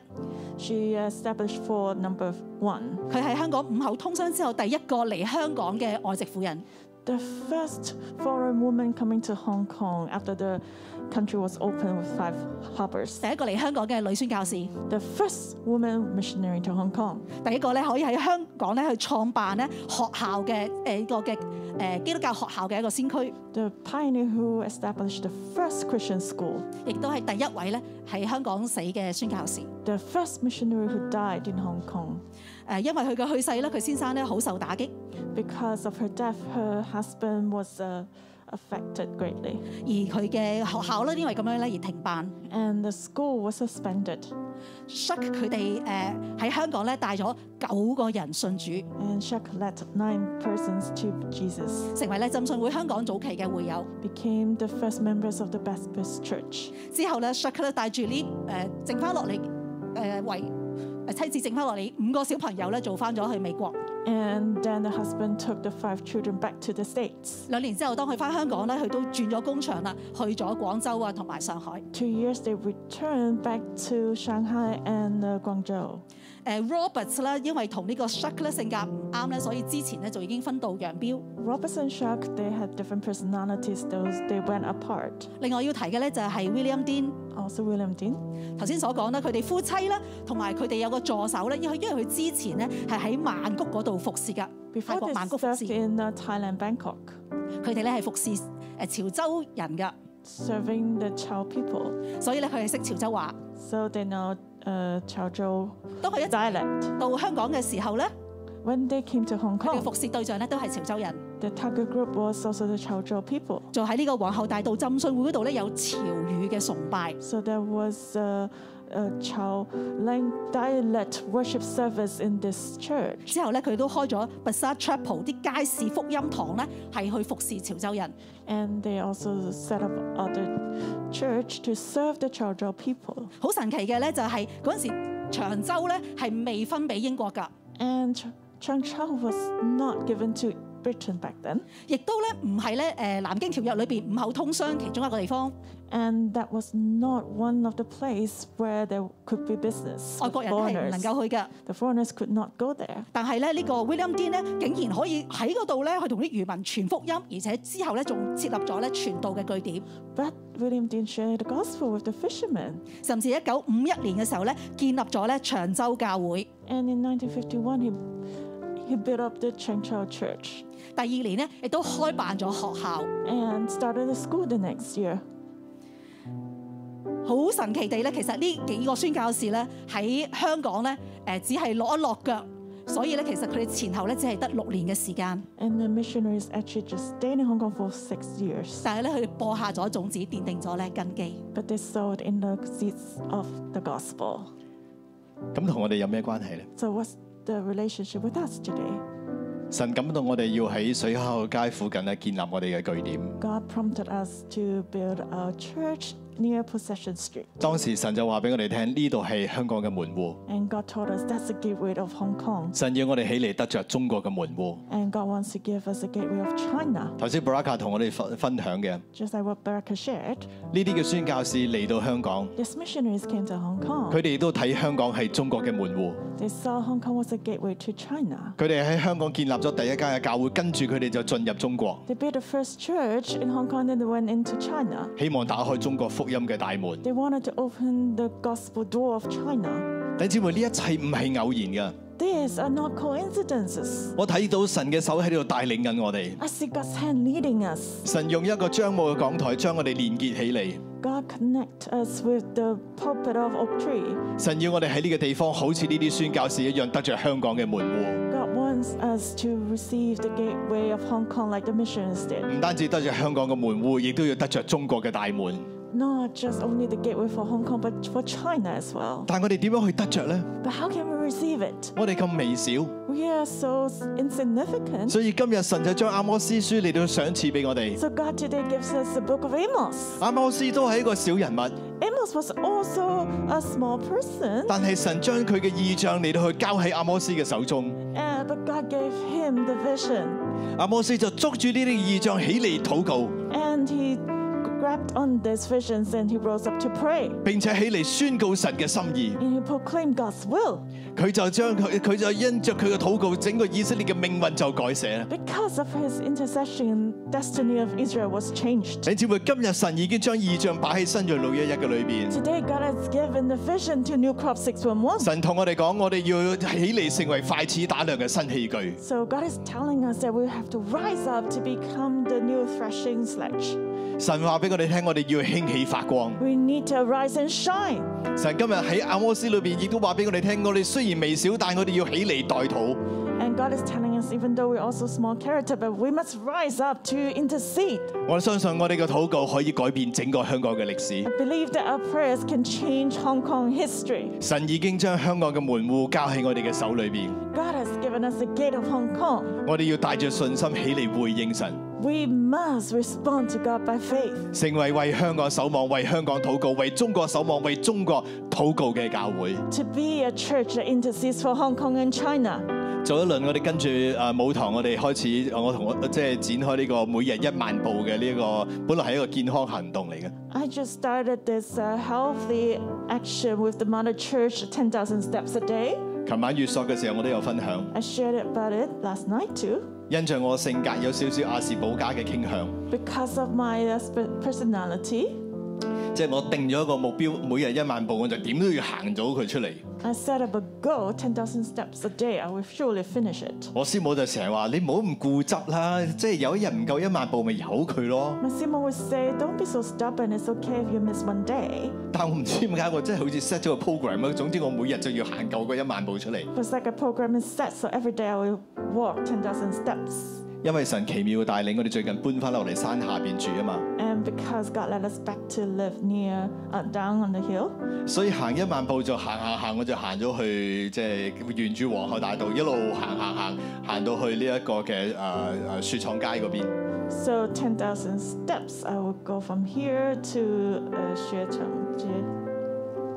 B: She established for number one,
D: 佢喺香港五口通商之後，第一個嚟香港嘅外籍婦人。
B: the first foreign woman coming to Hong Kong after the country was opened with five harbors,
D: 第一個嚟香港嘅女宣教士，第
B: the first woman missionary to Hong Kong,
D: 一個咧可以喺香港咧去創辦咧學校嘅誒一個嘅誒基督教學校嘅一個先驅，
B: the pioneer who established the first Christian school,
D: 亦都係第一位咧喺香港死嘅宣教士。
B: the first missionary who died in Hong Kong.
D: 誒，因為佢嘅去世咧，佢先生咧好受打擊，
B: Because of her death, her husband was uh, affected greatly,
D: 而佢嘅學校咧因為咁樣咧而停辦。
B: and the school was suspended.
D: Shark 佢哋誒喺香港咧帶咗九個人信主，
B: And Shek led nine persons to Jesus,
D: 成為咧浸信會香港早期嘅會友。
B: became the first members of the Baptist Church.
D: 之後咧，Shark 咧帶住呢誒剩翻落嚟誒為誒妻子剩翻落嚟五個小朋友咧，做翻咗去美國。
B: And then the husband took the five children back to the States.
D: 兩年之後，當佢翻香港咧，佢都轉咗工場啦，去咗廣州啊同埋上海。誒、
B: Two years they returned back to Shanghai and uh, Guangzhou.
D: 呃 Roberts 咧，因為同呢個 Shark 咧性格唔啱咧，所以之前咧就已經分道揚镳。
B: Robertson Shark, they had different personalities, those they went apart.
D: 另外要提嘅咧就係 William Dean。
B: Also William Dean.
D: 頭先所講啦，佢哋夫妻啦，同埋佢哋有個助手咧，因為因為佢之前咧係喺曼谷嗰度服侍噶，泰
B: Before
D: 國
B: they
D: 曼谷服侍，
B: served
D: 佢
B: in uh, Thailand, Bangkok,
D: 哋咧係服侍誒潮州人噶，
B: serving the Chao people.
D: 所以咧佢係識潮州話。
B: So they know uh, Chao Zhou
D: 當佢一
B: dialect.
D: 到香港嘅時候咧，
B: When they came to Hong
D: 佢哋
B: Kong,
D: 服侍對象咧都係潮州人，
B: the target group was also the Chao Zhou people.
D: 就喺呢個皇后大道浸信會嗰度咧有潮語嘅崇拜。
B: So there was a, a Chao Lang dialect worship service in this church.
D: 之後咧，佢都開咗 Bazaar Chapel 啲街市福音堂咧，係去服侍潮州人。
B: And they also set up other church to serve the Chao Zhou people.
D: 好神奇嘅咧，就係嗰陣時長洲咧係未分俾英國㗎，
B: And Ch- Chang Chao was not given to Britain back then.
D: 亦都咧唔係咧誒南京條約裏邊五口通商其中一個地方，
B: And that was not one of the place where there could be business.
D: 外
B: with
D: 國人係唔能
B: Foreigners.
D: 夠去㗎。
B: The foreigners could not go there.
D: 但係咧呢個 William Dean 咧，竟然可以喺嗰度咧去同啲漁民傳福音，而且之後咧仲設立咗咧傳道嘅據點，
B: But William Dean shared the gospel with the fishermen.
D: 甚至一九五一年嘅時候咧建立咗咧長洲教會。
B: And in 1951, he, he built up the Chang Chao Church.
D: 第二年咧亦都開辦咗學校。
B: and started a school the next year.
D: 好神奇地咧，其實呢幾個宣教士咧喺香港咧，誒、只係落一落腳，所以咧其實佢哋前後咧只係得六年嘅時間，
B: And the missionaries actually just stayed in Hong Kong for six years,
D: 但係咧佢哋播下咗種子，奠定咗咧根基。
B: but they sowed in the seeds of the gospel.
A: 咁同我哋有咩關係咧？
B: So, what's the relationship with us today?
A: 神感動我哋要喺水口街附近咧建立我哋嘅據點。
B: God prompted us to build our church near Possession Street.
A: 當時神就話俾我哋聽，呢度係香港嘅門户。
B: And God told us that's the gateway of Hong Kong.
A: 神要我哋起嚟得着中國嘅門户。
B: And God wants to give us a gateway of China,
A: 頭先 Baraka 同我哋分分享嘅呢
B: just like what Baraka shared.
A: 啲嘅宣教士嚟到香港，
B: These missionaries came to Hong Kong.
A: 佢哋都睇香港係中國嘅門户。
B: They saw Hong Kong was a gateway to China.
A: 佢哋喺香港建立咗第一間嘅教會，跟住佢哋就進入中國，
B: They built the first church in Hong Kong, then they went into China.
A: 希望打開中國福音嘅大門。
B: They wanted to open the gospel door of China.
A: 弟兄姊妹，呢一切唔係偶然嘅。
B: These are not coincidences.
A: 我睇到神嘅手喺度帶領緊我哋。
B: I see God's hand leading us.
A: 神用一個張武嘅講台將我哋連結起嚟。
B: God connect us with the pulpit of Oak Tree.
A: 神要我哋喺呢個地方好似呢啲宣教士一樣得着香港嘅門户，
B: God wants us to receive the gateway of Hong Kong like the missionaries did.
A: 唔單止得着香港嘅門户，亦都要得着中國嘅大門。
B: Not just only the gateway for Hong Kong, but for China as well.
A: 但係我哋點樣去得着呢？
B: But how can we receive it?
A: 我哋咁微小，
B: We are so insignificant.
A: 所以今日神就將阿摩斯書嚟到賞賜俾我哋。
B: So God today gives us the book of Amos.
A: 阿摩斯都係一個小人物，
B: Amos was also a small person,
A: 但係神將佢嘅意象嚟到去交喺阿摩斯嘅手中。
B: uh, but God gave him the vision,
A: 阿摩斯就捉住呢啲意象起嚟禱告，
B: and he grabbed on these visions and he rose up to pray,
A: 並且起嚟宣告神嘅心意。
B: and he proclaimed God's will.
A: 佢就將佢佢就因着佢嘅禱告，整個以色列嘅命運就改寫啦。
B: Because of his intercession, destiny of Israel was changed.
A: 你姊妹，今日神已經將意象擺喺新約六一一嘅裏边。
B: Today, God has given the vision to New Crop 611.
A: 神同我哋講，我哋要起嚟成為快似打量嘅新器具。
B: So, God is telling us that we have to rise up to become the new threshing sledge.
A: 神話俾我哋聽，我哋要興起發光。
B: We need to arise and shine.
A: 神今日喺阿摩斯裏边亦都話俾我哋聽，我哋雖然微小，但我哋要起嚟代禱。
B: And God is telling us, even though we're also small character, but we must rise up to intercede.
A: 我相信我哋嘅禱告可以改變整個香港嘅歷史。
B: I believe that our prayers can change Hong Kong history.
A: 神已經將香港嘅門户交喺我哋嘅手裏边，
B: God has given us the gate of Hong Kong.
A: 我哋要帶住信心起嚟回應神，
B: We must respond to God by faith
A: 成為為香港守望、為香港禱告、為中國守望、為中國禱告嘅教會。
B: to be a church that intercedes for Hong Kong and China.
A: 做一輪，我哋跟住誒舞堂，我哋開始，我同我即係展開呢個每日一萬步嘅呢、個，本來係一個健康行動嚟嘅。
B: I just started this uh, healthy action with the Mother Church, 10,000 steps a day.
A: 琴晚月朔嘅時候，我都有分享，
B: I shared about it last night too.
A: 因着我性格有少少亞士保加嘅傾向，
B: Because of my uh, sp- personality,
A: 即係我定咗一個目標，每日一萬步，我就點都要行咗佢出嚟。
B: I set up a goal, 10,000 steps a day. I will surely finish it.
A: 我師母就成日話：你唔好咁固執啦，即係有一日唔夠一萬步，咪由佢咯。
B: My Simo would say, Don't be so stubborn. It's okay if you miss one day.
A: 但我唔知點解，我真係好似 set 咗個 program 咁。總之我每日就要行夠嗰一萬步出嚟，
B: It was like a program is set, so every day I will walk 10,000 steps.
A: 因為神奇妙嘅帶領，我哋最近搬翻落嚟山下邊住啊嘛。
B: And because God led us back to live near, uh, down on the hill,
A: 所以行一萬步就行行行，我就行咗去即係、沿住皇后大道一路行行行，行到去呢一個嘅誒誒雪廠街嗰邊。
B: so 10,000 steps, I will go from here to uh, Xuechengji.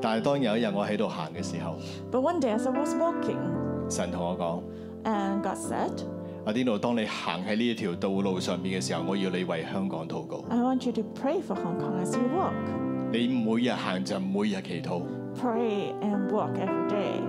A: 但係當有一日我喺度行嘅時候，
B: But one day, as I was walking,
A: 神同我講：
B: and God said,
A: 阿天奴，當你行喺呢一條道路上面嘅時候，我要你為香港禱告。
B: I want you to pray for Hong Kong as you walk.
A: 你每日行就每日祈禱，
B: Pray and walk every day.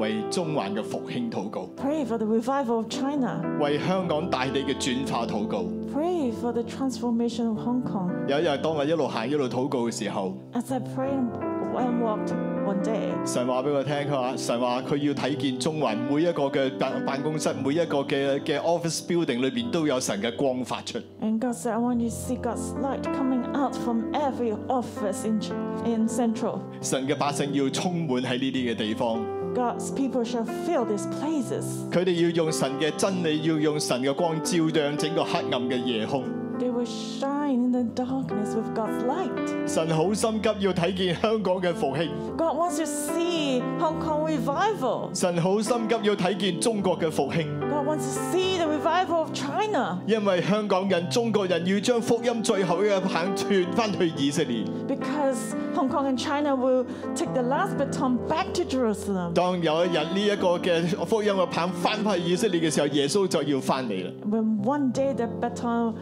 A: 為中環嘅復興禱告，
B: Pray for the revival of China.
A: 為香港大地嘅轉化禱告。
B: Pray for the transformation of Hong Kong.
A: 有一日當我一路行一路禱告嘅時候，
B: As I prayed and walked one day,
A: 神話俾我聽，佢話神話佢要睇見中環每一個嘅辦辦公室，每一個嘅嘅 office building 裏邊都有神嘅光發出。
B: and God said, I want you to see God's light coming out from every office in, Ch- in Central.
A: 神嘅百姓要充滿喺呢啲嘅地方，
B: God's people shall fill these places.
A: 佢哋要用神嘅真理，要用神嘅光照亮整個黑暗嘅夜空。
B: They will shine in the darkness with God's light.
A: 神好心急要睇見香港嘅復興，
B: God wants to see Hong Kong revival.
A: 神好心急要睇見中國嘅復興。
B: God wants to see the revival of China
A: 因為香港人、中國人要將福音最後嘅棒傳翻去以色列。
B: because Hong Kong and China will take the last baton back to Jerusalem.
A: 當有一日呢一個嘅福音嘅棒翻返去以色列嘅時候，耶穌就要翻嚟啦。
B: When one day the baton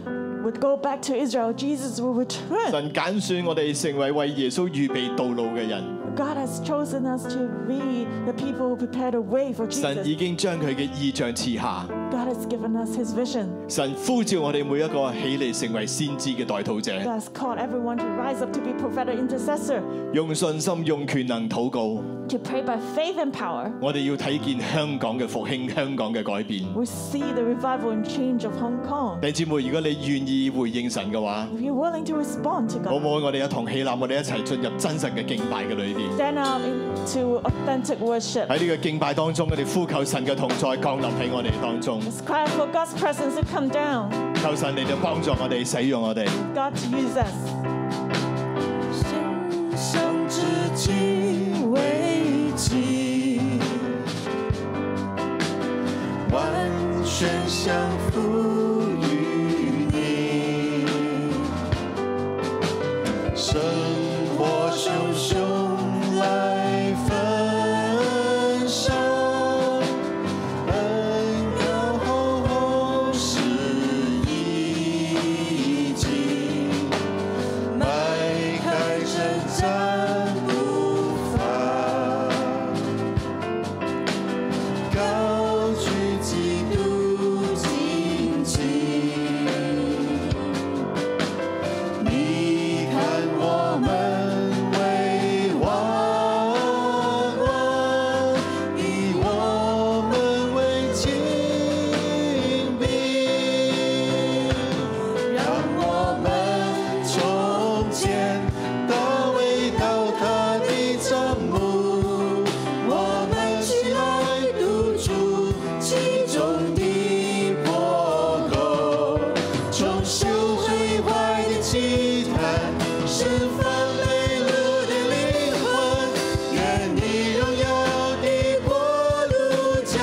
B: would go back to Israel, Jesus will return.
A: 神揀選我哋成為為耶穌預備道路嘅人，
B: God has chosen us to be the people who prepare the way for
A: 神
B: Jesus.
A: 已經將佢嘅意象賜下。
B: God has given us his vision.
A: 神呼召我哋每一個起嚟成為先知嘅代禱者，
B: God has called everyone to rise up to be prophetic intercessor,
A: 用信心、用權能禱告。
B: to pray by faith and power.
A: 我哋要睇見香港嘅復興，香港嘅改變。
B: We see the revival and change of Hong Kong.
A: 弟兄姊妹，如果你願意回應神嘅話，
B: If you're willing to respond to
A: 好唔
B: God,
A: 好？我哋一同起立，我哋一齊進入真實嘅敬拜嘅裏邊。
B: stand out into authentic worship.
A: 喺呢個敬拜當中，我哋呼求神嘅同在降臨喺我哋當中，
B: Let's cry for God's presence to come down.
A: 求神你就幫助我哋，使用我哋。
B: God to use us.
E: 献上自己为己，完全降服于你，胜过汹汹来分享，恩高厚厚是已经。迈开征战步伐，高举基督精旗。你看我们为王冠，以我们为精兵。让我们从前大卫到他的帐幕，我们起来堵住其中的破口，从朽毁坏的祭坛释放被掳的灵魂，愿你荣耀的国度降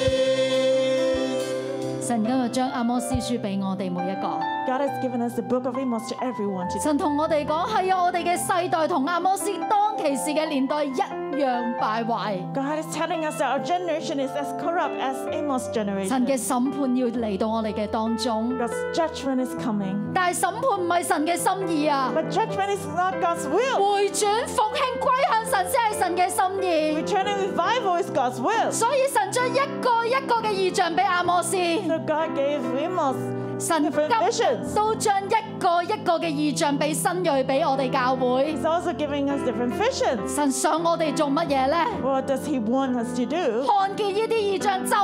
E: 临。
F: 神今日將阿摩斯書俾我哋每一個，
B: God has given us the book of Amos to everyone today.
F: 神同我哋講係啊，我哋嘅世代同阿摩斯當其時嘅年代一樣敗壞，
B: God is telling us that our generation is as corrupt as Amos'
F: 神
B: generation.
F: 嘅審判要嚟到我哋嘅當中，
B: God's judgment is coming.
F: 但係審判唔係神嘅心意啊，
B: But judgment is not God's will.
F: 回轉復興歸向神先係神嘅心意，
B: Return and revival is God's will.
F: 所以神將一個一個嘅異象俾阿摩斯，
B: So God gave Amos
F: 神
B: different
F: 今
B: visions.
F: 都將一個一個嘅異象俾新锐俾我哋教會，
B: He's also giving us different visions.
F: 神想我哋做乜嘢呢？
B: What does He want us to do?
F: 看見呢啲異象就起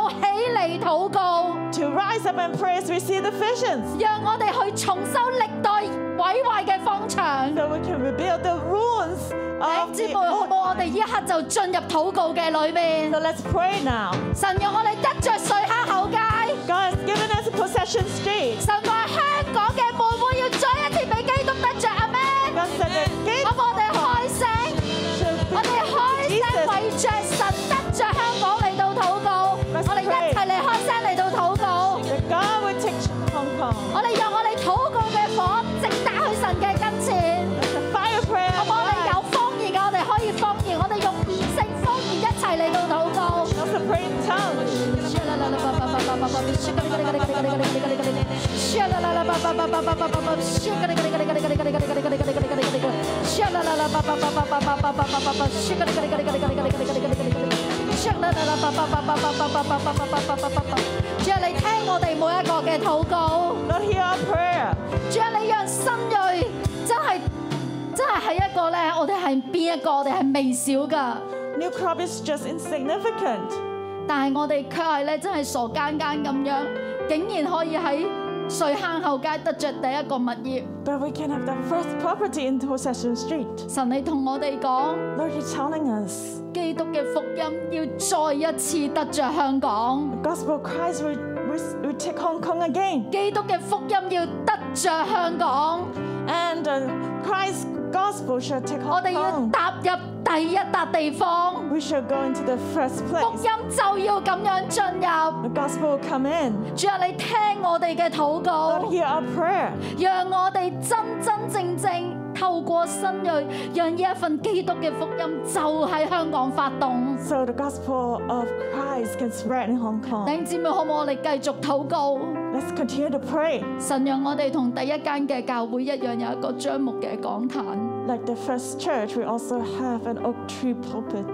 F: 嚟禱告，
B: To rise up and pray as we see the visions,
F: 讓我哋去重修歷代毀壞嘅方場。
B: so we can rebuild the ruins
F: 弟兄
B: of
F: 姊
B: the
F: 妹，好唔
B: old.
F: 好？我哋依刻就進入禱告嘅裏面
B: So。let's pray now.
F: 神讓我哋得着睡黑後街。
B: God has given us a possession state.
F: 神話香港嘅妹妹要再一次俾基督得着阿咩？
B: God said that
F: 咁
B: gates
F: 我哋開聲，
B: should
F: 我哋
B: be
F: 開
B: Jesus.
F: 聲為着神得着香港嚟到禱告。我哋一齊嚟開聲嚟到禱告。
B: That God would take Hong Kong.
F: 我哋讓我哋禱告嘅火直打去神嘅跟前。
B: The fire prayer.
F: 我哋有方言嘅，我哋可以方言，我哋用異性方言一齊嚟到禱告。
B: Also pray in tongues.
F: 主啊，你聽我哋每一個嘅禱告。
B: Lord, hear our prayer.
F: 主啊，你讓新锐真係真係係一個咧，我哋係邊一個？我哋係微小噶，
B: New crop is just insignificant.
F: 但係我哋卻係咧真係傻更更咁樣，竟然可以喺水坑後街得着第一個物業。
B: But we can have the first property in Possession Street.
F: 神，你同我哋講，
B: Lord, you're telling us.
F: 基督嘅福音要再一次得着香港
B: The，gospel of Christ will, will, will take Hong Kong again.
F: 基督嘅福音要得着香港。
B: And uh, Christ gospel shall take
F: 我
B: Hong
F: 哋要
B: Kong.
F: 踏入第一笪地方，
B: We shall go into the first
F: 福
B: place.
F: 音就要咁樣進入。
B: The gospel will come in.
F: 主啊，你聽我哋嘅禱
B: Lord,
F: 告，
B: hear our prayer.
F: 讓我哋真真正正透過新锐，讓呢一份基督嘅福音就喺香港發動。
B: So the gospel of Christ can spread in Hong
F: 弟
B: Kong.
F: 兄姊妹，好唔好？我哋繼續禱告，
B: Let's continue to pray.
F: 神讓我哋同第一間嘅教會一樣，有一個張目嘅講壇。
B: Like the first church, we also have an oak tree pulpit.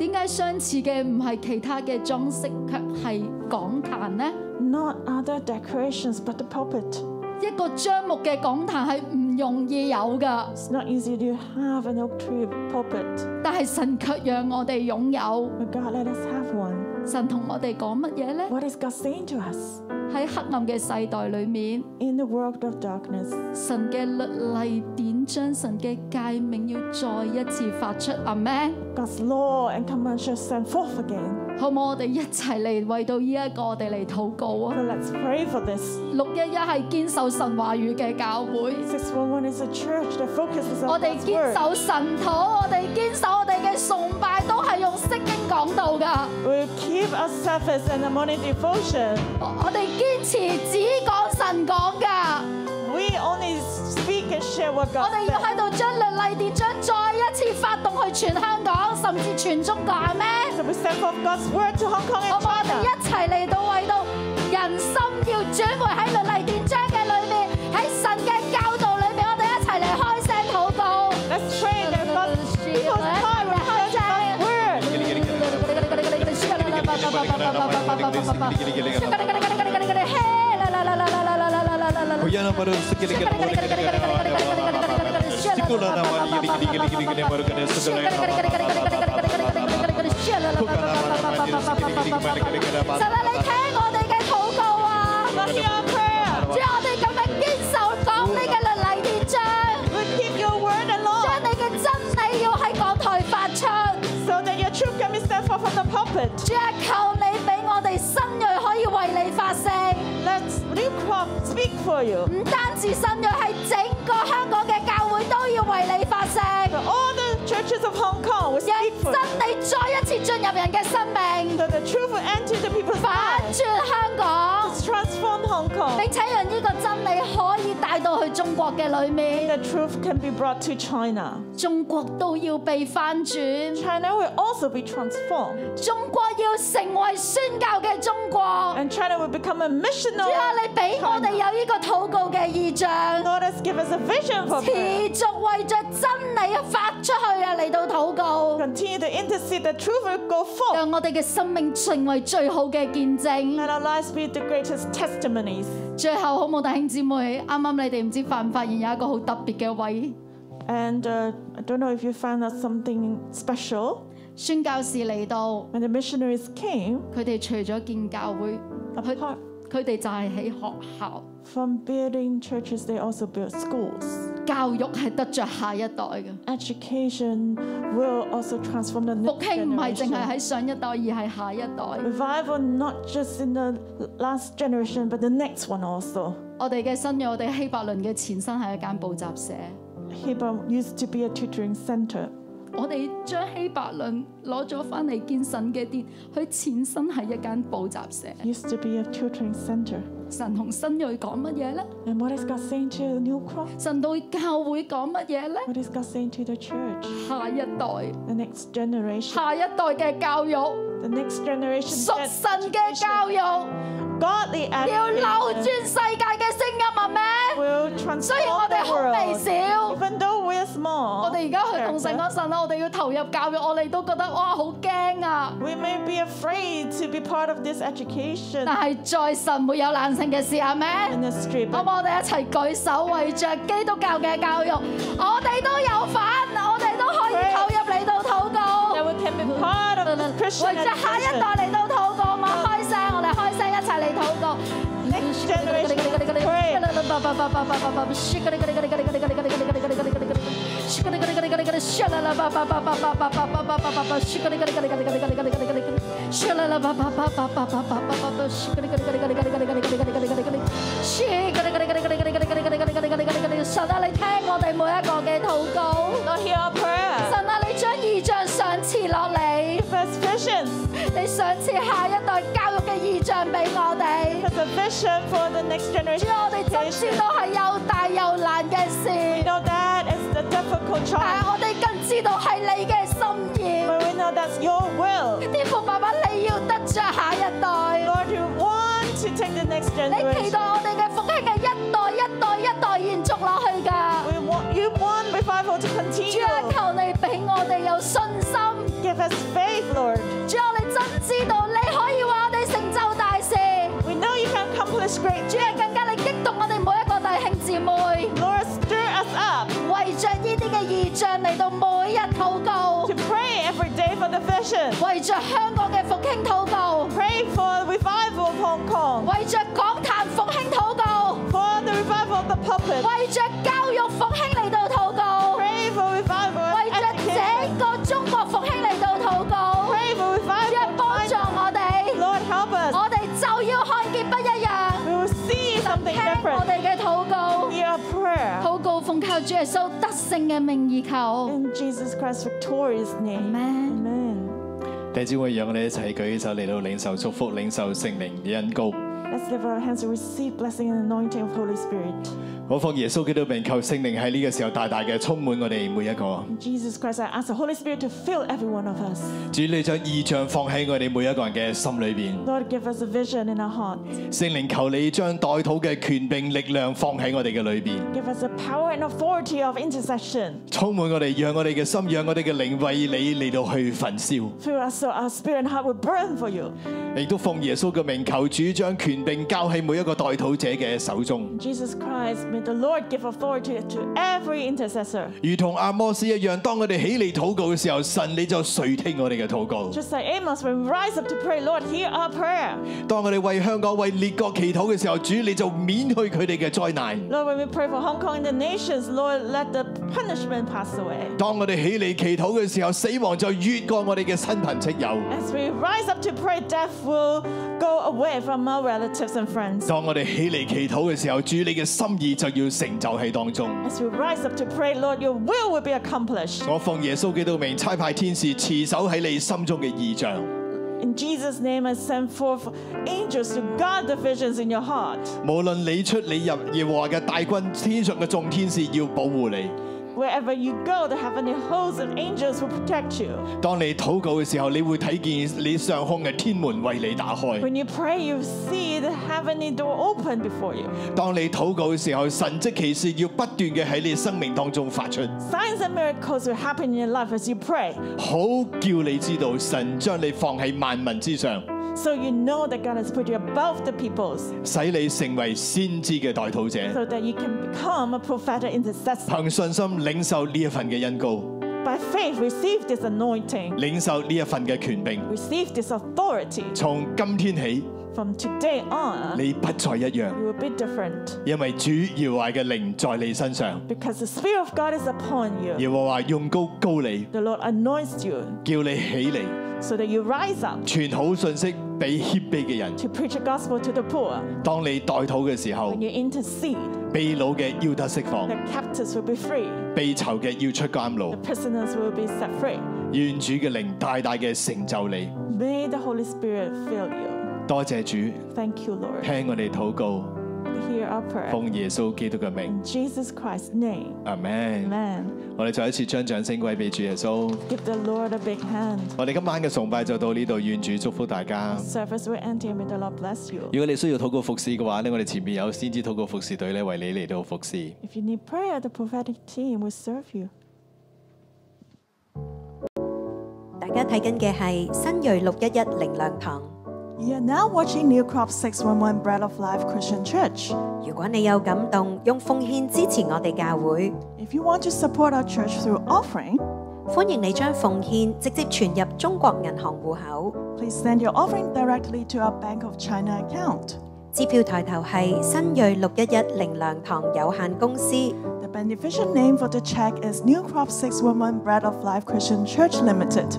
F: 點解相似嘅唔係其他嘅裝飾，卻係講壇呢？
B: Not other decorations, but the pulpit.
F: 一個張目嘅講壇係唔容易有噶，
B: It's not easy to have an oak tree pulpit,
F: 但係神卻讓我哋擁有。
B: but God let us have one.
F: 神同我哋講乜嘢呢？
B: What is God saying to us?
F: 喺黑暗嘅世代裏面，
B: In the world of darkness,
F: 神嘅律例典章、神嘅誡命要再一次發出，阿 Man，
B: God's law and command shall send forth again.
F: 好唔好？我哋一齊嚟為到呢一個我哋嚟禱告
B: So
F: 啊！
B: let's pray for this.
F: 六一一係堅守神話語嘅教會，
B: 611 is a church that focuses
F: 我
B: on
F: 哋
B: God's
F: 堅
B: word.
F: 守神土，我哋堅守我哋嘅崇拜都係用釋經講道噶，
B: We keep our service and our morning devotion.
F: 我我哋堅持只講神講噶，
B: We only speak and share what
F: 我
B: God
F: 哋要
B: said.
F: 喺度將律例典章再一次發動去全香港，甚至全中國，阿 Man。
B: So we send forth God's word to Hong Kong and
F: 我我哋
B: China.
F: 一齊嚟到為到人心要轉回喺律例典章嘅裏面，喺神嘅教導裏面，我哋一齊嚟開聲禱告。
B: Let's pray that God's people's heart will turn to God's word.
F: 神啊，你聽我哋嘅禱告啊！
B: Lord, hear our prayer.
F: 主啊，我哋咁樣堅守講你嘅律例典章，
B: We keep your word and
F: 將
B: law
F: 你嘅真理要喺講台發出。
B: so that your truth can be sent forth from the pulpit.
F: 主啊，求你俾我哋新锐可以為你發聲，
B: Let's new crop speak for you.
F: 唔單止新锐，係整個香港嘅教會都要為你發聲，
B: All the churches of Hong Kong will
F: 讓
B: speak for you.
F: 真理再一次進入人嘅生命，
B: So the truth will enter the people's
F: 反
B: lives.
F: 轉香港，
B: Transform Hong Kong.
F: 並且讓呢個真理可以帶到去中國嘅裏面，
B: The truth can be brought to China.
F: 中國都要被翻轉。
B: China will also be transformed.
F: 中國要成為宣教嘅中國。
B: And China will become a
F: 主啊，
B: missional.
F: 你俾我哋有呢個禱告嘅意象，
B: Lord, us give us a vision for
F: 持
B: prayer.
F: 續為着真理發出去啊，嚟到禱告，
B: Continue to intercede. The truth will go forth.
F: 讓我哋嘅生命成為最好嘅見證。
B: Let our lives be the greatest testimonies.
F: 最後好冇弟兄姊妹，啱啱你哋唔知發唔發現有一個好特別嘅位，
B: And uh, I don't know if you found out something special.
F: 宣教士嚟到，
B: When the missionaries came,
F: 佢哋除咗建教會，佢
B: apart
F: 佢哋就係喺學校
B: from building churches, they also built schools.
F: 教育係得着下一代嘅。
B: Education will also transform the
F: 復
B: next
F: 興唔係淨係
B: generation.
F: 喺上一代，而係下一代。
B: Revival not just in the last generation, but the next one also.
F: 我哋嘅新約，我哋希伯倫嘅前身係一間補習社。
B: Hebron used to be a tutoring center.
F: 我哋將希伯倫攞咗翻嚟見神嘅殿，佢前身係一間補習社。
B: Used to be a tutoring center.
F: 神同新锐講乜嘢呢？
B: And what is God saying to the new crop?
F: 神對教會講乜嘢呢？
B: What is God saying to the church?
F: 下一代，
B: The next generation.
F: 下一代嘅教育，
B: The next generation.
F: 屬
B: that
F: 神嘅教育，
B: Godly
F: 要扭
B: education
F: 轉世界嘅聲音啊！咩？
B: will
F: 雖然我
B: transform
F: 哋
B: the
F: 好微
B: world.
F: 小。
B: Even though we're
F: 我
B: small,
F: 哋而家去同神
B: character,
F: 講神啊啦，我哋要投入教育，我哋都覺得哇好驚啊！
B: we may be afraid to be part of this education
F: 但係在神沒有難成嘅事，係咪？
B: ministry,
F: 好
B: but
F: 唔好？我哋一齊舉手為着基督教嘅教育，我哋都有份，我哋都可以投入嚟到禱告，
B: that we can be part of this
F: 為
B: Christian
F: 着下一
B: education.
F: 代嚟到禱告。我開聲，我哋開聲一齊嚟禱告。
B: Next generation will pray.
F: 神啊，你聽我哋每一個嘅禱告。
B: Lord, hear our prayer.
F: 神啊，你將異象賞賜落嚟，
B: Give us visions.
F: 你賞賜下一代教育嘅異象俾我哋
B: Give。us a vision for the next
F: 主
B: generation.
F: 啊，我哋真知道係又大又難嘅事，
B: We know that is the difficult
F: 但係
B: choice,
F: 我哋更知道係你嘅心意。
B: but we know that's your will.
F: 天父爸爸，你要得着下一代，
B: Lord, you want to take the next
F: 你期待
B: generation.
F: 我哋嘅復興嘅一代一代一代延續落去㗎。
B: We want you want revival to
F: 主
B: continue.
F: 啊，求你俾我哋有信心。
B: Give us faith, Lord.
F: 主啊，我哋真知道你可以為我哋成就大事。
B: We know you can accomplish great
F: 主啊，更加你激動我哋每一個弟兄姊妹，
B: Lord, stir us up
F: 為着呢啲嘅異象嚟到每日禱告
B: to，pray every day for the vision.
F: 為着香港嘅復興禱告，
B: Pray for the revival of Hong Kong,
F: 為着港壇復興禱告，
B: for the revival of the puppet.
F: 為着教育復興嚟到禱告，
B: Pray for revival
F: 為
B: of
F: 着
B: education.
F: 整個中國復興嚟到禱告。
B: Pray for
F: 主啊
B: revival，of
F: 幫助
B: finance.
F: 我哋，
B: Lord, help us.
F: 我哋就要看見不一樣。
B: We will see
F: 神
B: something
F: 聽我
B: different.
F: 哋嘅禱告，
B: Hear our prayer.
F: 禱告奉靠主耶穌得勝嘅名義求。
B: In Jesus Christ's victorious name.
F: Amen.
B: Amen.
A: 弟兄姊妹，讓我哋一齊舉起手嚟到領受祝福、領受聖靈嘅恩膏。
B: Let's lift our hands to receive blessing and anointing of Holy Spirit.
A: 我奉耶穌基督名求聖靈喺呢個時候大大嘅充滿我哋每一個。
B: In Jesus Christ, I ask the Holy Spirit to fill every one of us.
A: 主你將意象放喺我哋每一個人嘅心裏邊。
B: Lord, give us a vision in our hearts.
A: 聖靈求你將代禱嘅權柄力量放喺我哋嘅裏邊，
B: Give us the power and authority of intercession.
A: 充滿我哋，讓我哋嘅心，讓我哋嘅靈為你嚟到去焚燒。
B: Fill us so our spirit and heart will burn for you.
A: 亦都奉耶穌嘅名求主將權柄交喺每一個代禱者嘅手中，
B: Jesus Christ, may the Lord give authority to every intercessor.
A: 如同阿摩斯一樣。當我哋起嚟禱告嘅時候，神你就垂聽我哋嘅禱告。
B: Just like Amos, when we rise up to pray, Lord, hear our prayer.
A: 當我哋為香港、為列國祈禱嘅時候，主你就免去佢哋嘅災難。
B: Lord, when we pray for Hong Kong and the nations, Lord, let the punishment pass away.
A: 當我哋起嚟祈禱嘅時候，死亡就越過我哋嘅親朋戚友。
B: As we rise up to pray, death will go away from our relatives and friends.
A: 當我哋起嚟祈禱嘅時候，主你嘅心意就要成就喺當中。
B: As we rise up to pray, Lord, your will will be accomplished.
A: 我奉耶穌基督名差派天使持守喺你心中嘅意象，
B: In Jesus' name, I send forth angels to guard the visions in your heart.
A: 無論你出你入，耶和華嘅大軍天上嘅眾天使要保護你。
B: Wherever you go, the heavenly hosts of angels will protect you.
A: 當你禱告嘅時候，你會睇見你上空嘅天門為你打開。
B: When you pray, you see the heavenly door open before you.
A: 當你禱告嘅時候，神蹟奇事要不斷嘅喺你生命當中發出，
B: Signs and miracles will happen in your life as you pray,
A: 好叫你知道神將你放喺萬民之上，
B: so you know that God has put you above the peoples,
A: 使你成為先知嘅代禱者。
B: so that you can become a prophetic intercessor.
A: 憑信心領受呢一份嘅恩膏，
B: By faith, receive this anointing,
A: 領受呢一份嘅權柄。
B: receive this authority.
A: 從今天起，
B: From today on,
A: 你不再一樣，
B: you will be different
A: 因為主耶和華嘅靈在你身上。
B: because the Spirit of God is upon you.
A: 耶和華用高高你，
B: The Lord anoints you
A: 叫你起嚟，
B: so that you rise up
A: 傳好信息俾谦卑嘅人。
B: to preach the gospel to the poor.
A: 當你代禱嘅時候
B: When，you intercede,
A: 被擄嘅要得釋放
B: the，captives will be free,
A: 被囚嘅要出監牢
B: the。prisoners will be set free.
A: 願主嘅靈大大嘅成就你。
B: May the Holy Spirit fill you.
A: 多謝主，
B: Thank you, Lord.
A: 聽我哋禱告，
B: Hear our prayer.
A: 奉耶穌基督嘅名
B: In，Jesus Christ's name.
A: 阿門。
B: Amen.
A: 我哋再一次將掌聲歸俾主耶穌。
B: Give the Lord a big hand.
A: 我哋今晚嘅崇拜就到呢度，願主祝福大家。
B: Service will end here. May the Lord bless you.
A: 如果你需要禱告服侍嘅話咧，我哋前面有先知禱告服侍隊咧，為你嚟到服侍。
B: If you need prayer, the prophetic team will serve you.
G: 大家睇緊嘅係新锐六一一靈糧堂。
B: You're now watching New Crop 611 Bread of Life Christian Church.
G: 如果你有感動，用奉獻支持我哋教會，
B: If you want to support our church through offering,
G: 歡迎你將奉獻直接存入中國銀行户口。
B: please send your offering directly to our Bank of China account.
G: 支票抬頭係新锐六一一靈糧堂有限公司。
B: The beneficial name for the check is New Crop 611 Bread of Life Christian Church Limited.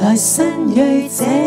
H: 來新锐這